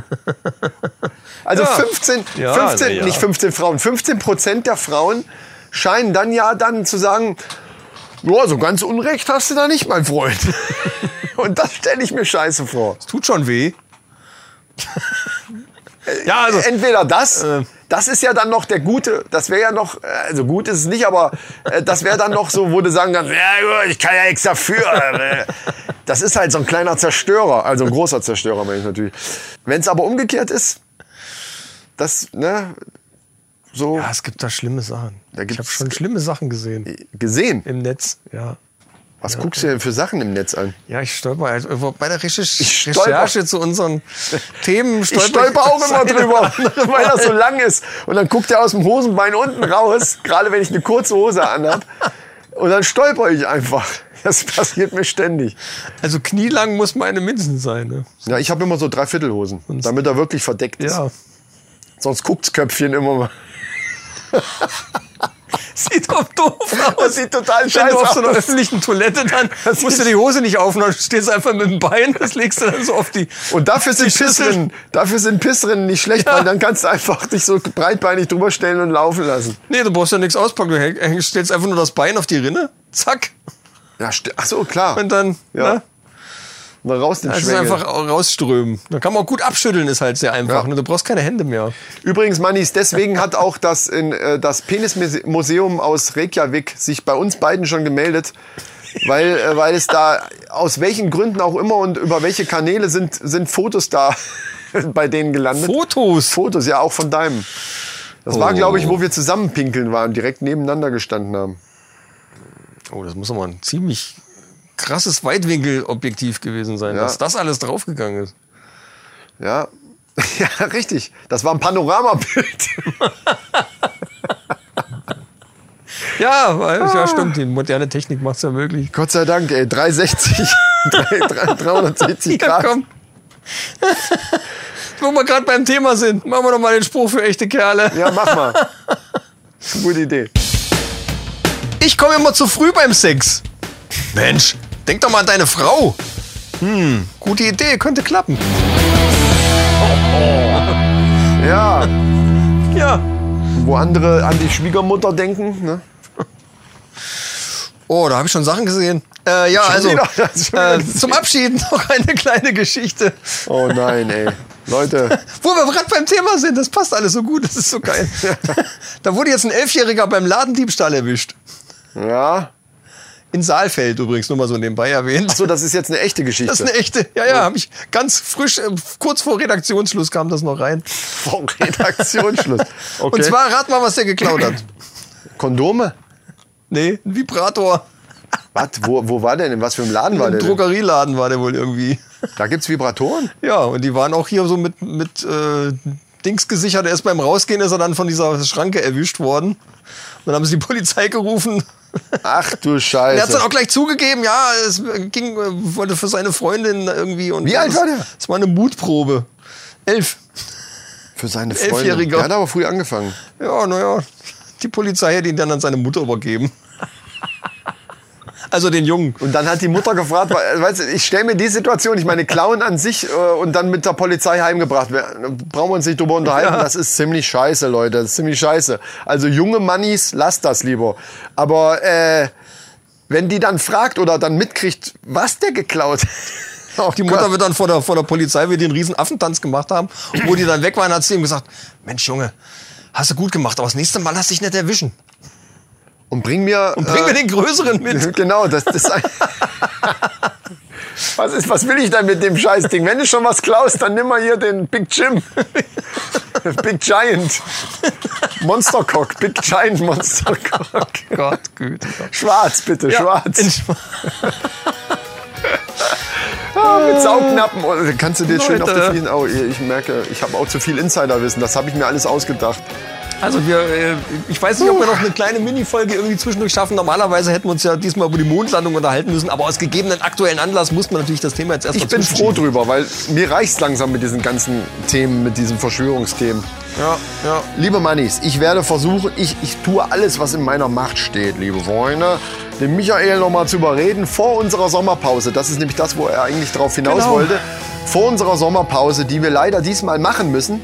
Also 15, Ja, 15 na ja. nicht 15 Frauen, 15 Prozent der Frauen scheinen dann ja dann zu sagen, ja, so ganz Unrecht hast du da nicht, mein Freund. Und das stelle ich mir scheiße vor. Tut schon weh. ja, also. Entweder das, Äh. das ist ja dann noch der gute, das wäre ja noch, äh, also gut ist es nicht, aber äh, das wäre dann noch so, wo du sagen kannst, ja gut, ich kann ja nichts dafür. äh. Das ist halt so ein kleiner Zerstörer, also ein großer Zerstörer, meine ich natürlich. Wenn es aber umgekehrt ist, das, ne, so Ja, es gibt da schlimme Sachen. Da ich gibt's- äh, habe schon schlimme Sachen gesehen gesehen. im Netz. Ja, Was guckst du denn für Sachen im Netz an? ja ich stolper halt irgendwo bei der Recherche, Ich stolper- Recherche zu unseren Themen. Ich stolper auch immer drüber, weil das so lang ist. Und dann guckt er aus dem Hosenbein unten raus, gerade wenn ich eine kurze Hose anhab. Und dann stolper ich einfach. Das passiert mir ständig. Also knielang muss meine mindestens sein. Ne? Ja, ich habe immer so Dreiviertelhosen, damit er wirklich verdeckt ist. Ja. Sonst guckt's Köpfchen immer mal. Sieht doch doof aus. Das sieht total Wenn scheiße du auf so einer aus. öffentlichen Toilette dann musst du die Hose nicht aufnehmen, stehst einfach mit dem Bein, das legst du dann so auf die. Und dafür sind Schüssel. Pissrinnen, dafür sind Pissrinnen nicht schlecht, weil dann kannst du einfach dich so breitbeinig drüber stellen und laufen lassen. Nee, du brauchst ja nichts auspacken. Du häng- häng- stellst einfach nur das Bein auf die Rinne, zack, Ja, st- ach so, klar. und dann. Ja. Ne? Na, raus den Das ist Schwengel. einfach au- rausströmen. Da kann man auch gut abschütteln, ist halt sehr einfach. Ja. ne? Du brauchst keine Hände mehr. Übrigens, Mannis, deswegen hat auch das, in, äh, das Penismuseum aus Reykjavik sich bei uns beiden schon gemeldet, weil, äh, weil es da aus welchen Gründen auch immer und über welche Kanäle sind, sind Fotos da bei denen gelandet. Fotos. Fotos, ja, auch von deinem. Das Das war, glaube ich, wo wir zusammen pinkeln waren, direkt nebeneinander gestanden haben. Oh, das muss aber ein ziemlich krasses Weitwinkelobjektiv gewesen sein, Ja. dass das alles draufgegangen ist. Ja. Ja, richtig. Das war ein Panoramabild. Ja, weil, ja stimmt, die moderne Technik macht es ja möglich. Gott sei Dank, ey. 360. drei- drei- 360 Ja, Grad. komm. Wo wir gerade beim Thema sind, machen wir doch mal den Spruch für echte Kerle. Ja, mach mal. Gute Idee. Ich komme immer zu früh beim Sex. Mensch, denk doch mal an deine Frau. Hm, gute Idee, könnte klappen. Ja. Ja. Wo andere an die Schwiegermutter denken, ne? Oh, da habe ich schon Sachen gesehen. Äh, ja, also wieder? Schon wieder äh, zum Abschied noch eine kleine Geschichte. Oh nein, ey. Leute. Wo wir gerade beim Thema sind, das passt alles so gut, das ist so geil. da wurde jetzt ein Elfjähriger beim Ladendiebstahl erwischt. Ja. In Saalfeld übrigens, nur mal so nebenbei erwähnt. So, das ist jetzt eine echte Geschichte. Das ist eine echte, ja, ja, habe ich ganz frisch, äh, kurz vor Redaktionsschluss kam das noch rein. Vom Redaktionsschluss. Okay. Und zwar rat mal, was der geklaut hat. Kondome? Nee, ein Vibrator. Was? Wo, wo war der denn? In Was für ein Laden war Im der denn? Drogerieladen war der wohl irgendwie. Da gibt's Vibratoren? Ja, und die waren auch hier so mit, mit äh, Dings gesichert. Erst beim Rausgehen ist er dann von dieser Schranke erwischt worden. Und dann haben sie die Polizei gerufen. Er Ach du hat dann Scheiße. auch gleich zugegeben, ja, es ging, äh, wollte für seine Freundin irgendwie. Und Wie alt war der? Es war eine Mutprobe. Elf. Für seine Freundin. Elfjähriger. Der hat aber früh angefangen. Ja, naja, die Polizei hätte ihn dann an seine Mutter übergeben. Also den Jungen. Und dann hat die Mutter gefragt, weil- weißt du, ich stelle mir die Situation, ich meine, klauen an sich äh, und dann mit der Polizei heimgebracht werden. Brauchen wir uns nicht drüber unterhalten, das ist ziemlich scheiße, Leute, das ist ziemlich scheiße. Also junge Mannis, lasst das lieber. Aber äh, wenn die dann fragt oder dann mitkriegt, was der geklaut hat. Oh Die Mutter Gott. wird dann vor der, vor der Polizei, wir den riesen Affentanz gemacht haben. Und wo die dann weg waren, hat sie ihm gesagt, Mensch Junge, hast du gut gemacht, aber das nächste Mal lass dich nicht erwischen. und bring mir äh, Und bring mir den größeren mit. Genau, das, das ist ein was, ist, was will ich denn mit dem Scheißding? Wenn du schon was klaust, dann nimm mal hier den Big Jim. Big Giant. Monstercock. Big Giant Monstercock. Gott, Güte. Schwarz, bitte, In schwarz. Schwa- Ah, mit Saugnappen. Oh, Kannst du dir schön auf die Leute. vielen... Oh, ich merke, ich habe auch zu viel Insiderwissen. Das habe ich mir alles ausgedacht. Also wir, äh, ich weiß nicht, ob wir noch eine kleine Minifolge irgendwie zwischendurch schaffen. Normalerweise hätten wir uns ja diesmal über die Mondlandung unterhalten müssen, aber aus gegebenen aktuellen Anlass mussten wir natürlich das Thema jetzt erstmal Ich bin froh drüber, weil mir reicht's langsam mit diesen ganzen Themen, mit diesen Verschwörungsthemen. Ja, ja. Liebe Mannis, ich werde versuchen, ich, ich tue alles, was in meiner Macht steht, liebe Freunde, den Michael nochmal zu überreden vor unserer Sommerpause. Das ist nämlich das, wo er eigentlich drauf hinaus Genau. wollte. Vor unserer Sommerpause, die wir leider diesmal machen müssen.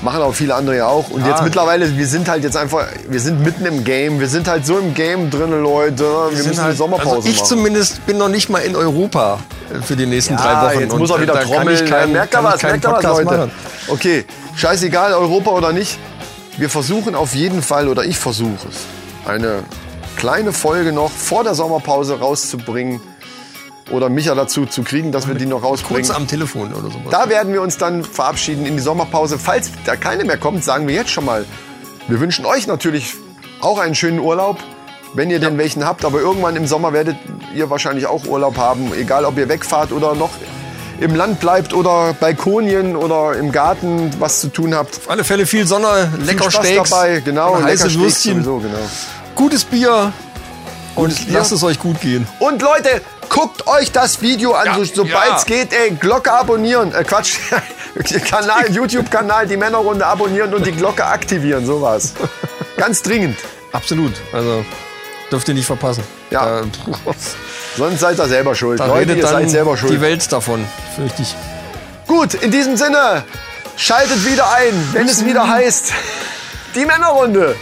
Machen auch viele andere ja auch. Und jetzt mittlerweile, wir sind halt jetzt einfach, wir sind mitten im Game. Wir sind halt so im Game drin, Leute. Wir, müssen eine Sommerpause also ich machen. zumindest bin noch nicht mal in Europa äh, für die nächsten Ah, drei Wochen. Jetzt Und, muss er äh, wieder da kann trommeln. ich keinen- merkt er kann ich was, keinen merkt er was, Podcast Leute. machen. Okay, scheißegal, Europa oder nicht. Wir versuchen auf jeden Fall, oder ich versuche es, eine kleine Folge noch vor der Sommerpause rauszubringen oder Micha dazu zu kriegen, dass wir die noch Kurz rausbringen. am Telefon oder sowas. Da werden wir uns dann verabschieden in die Sommerpause. Falls da keine mehr kommt, sagen wir jetzt schon mal, wir wünschen euch natürlich auch einen schönen Urlaub, wenn ihr denn welchen habt. Aber irgendwann im Sommer werdet ihr wahrscheinlich auch Urlaub haben, egal ob ihr wegfahrt oder noch im Land bleibt oder Balkonien oder im Garten was zu tun habt. Auf alle Fälle viel Sonne, Viel lecker Spaß Steaks, dabei, genau, und heiße lecker Steaks Würstchen, sowieso, genau. gutes Bier und Bier. lasst es euch gut gehen. Und Leute, guckt euch das Video an, Ja, so, sobald es ja. geht. Ey, Glocke abonnieren. Äh, Quatsch. Kanal, YouTube-Kanal, die Männerrunde abonnieren und die Glocke aktivieren. Sowas. Ganz dringend. Absolut, also dürft ihr nicht verpassen. Da, Ja. Sonst seid ihr selber schuld. da Leute, redet ihr dann seid selber die schuld. Welt davon, fürchte ich. Gut, in diesem Sinne, schaltet wieder ein, wenn es wieder heißt. Die Männerrunde.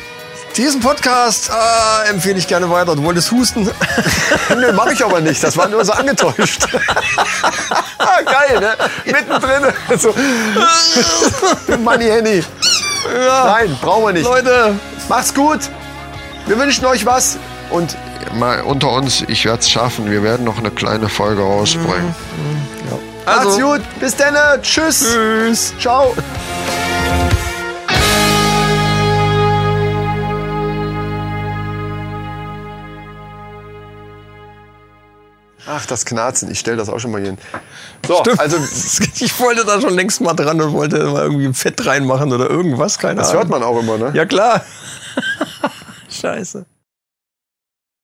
Diesen Podcast äh, empfehle ich gerne weiter. Du wolltest husten. Nö, mach ich aber nicht. Das war nur so angetäuscht. Geil, ne? Mittendrin. So. Money Henny. Nein, brauchen wir nicht. Leute, Macht's gut. Wir wünschen euch was. Und mal unter uns, ich werde es schaffen. Wir werden noch eine kleine Folge rausbringen. Macht's gut. Bis dann. Tschüss. tschüss. Ciao. Ach, das Knarzen. Ich stelle das auch schon mal hier hin. So, Stimmt. also ich wollte da schon längst mal dran und wollte mal irgendwie Fett reinmachen oder irgendwas, keine das Ahnung. hört man auch immer, ne? Ja klar. Scheiße.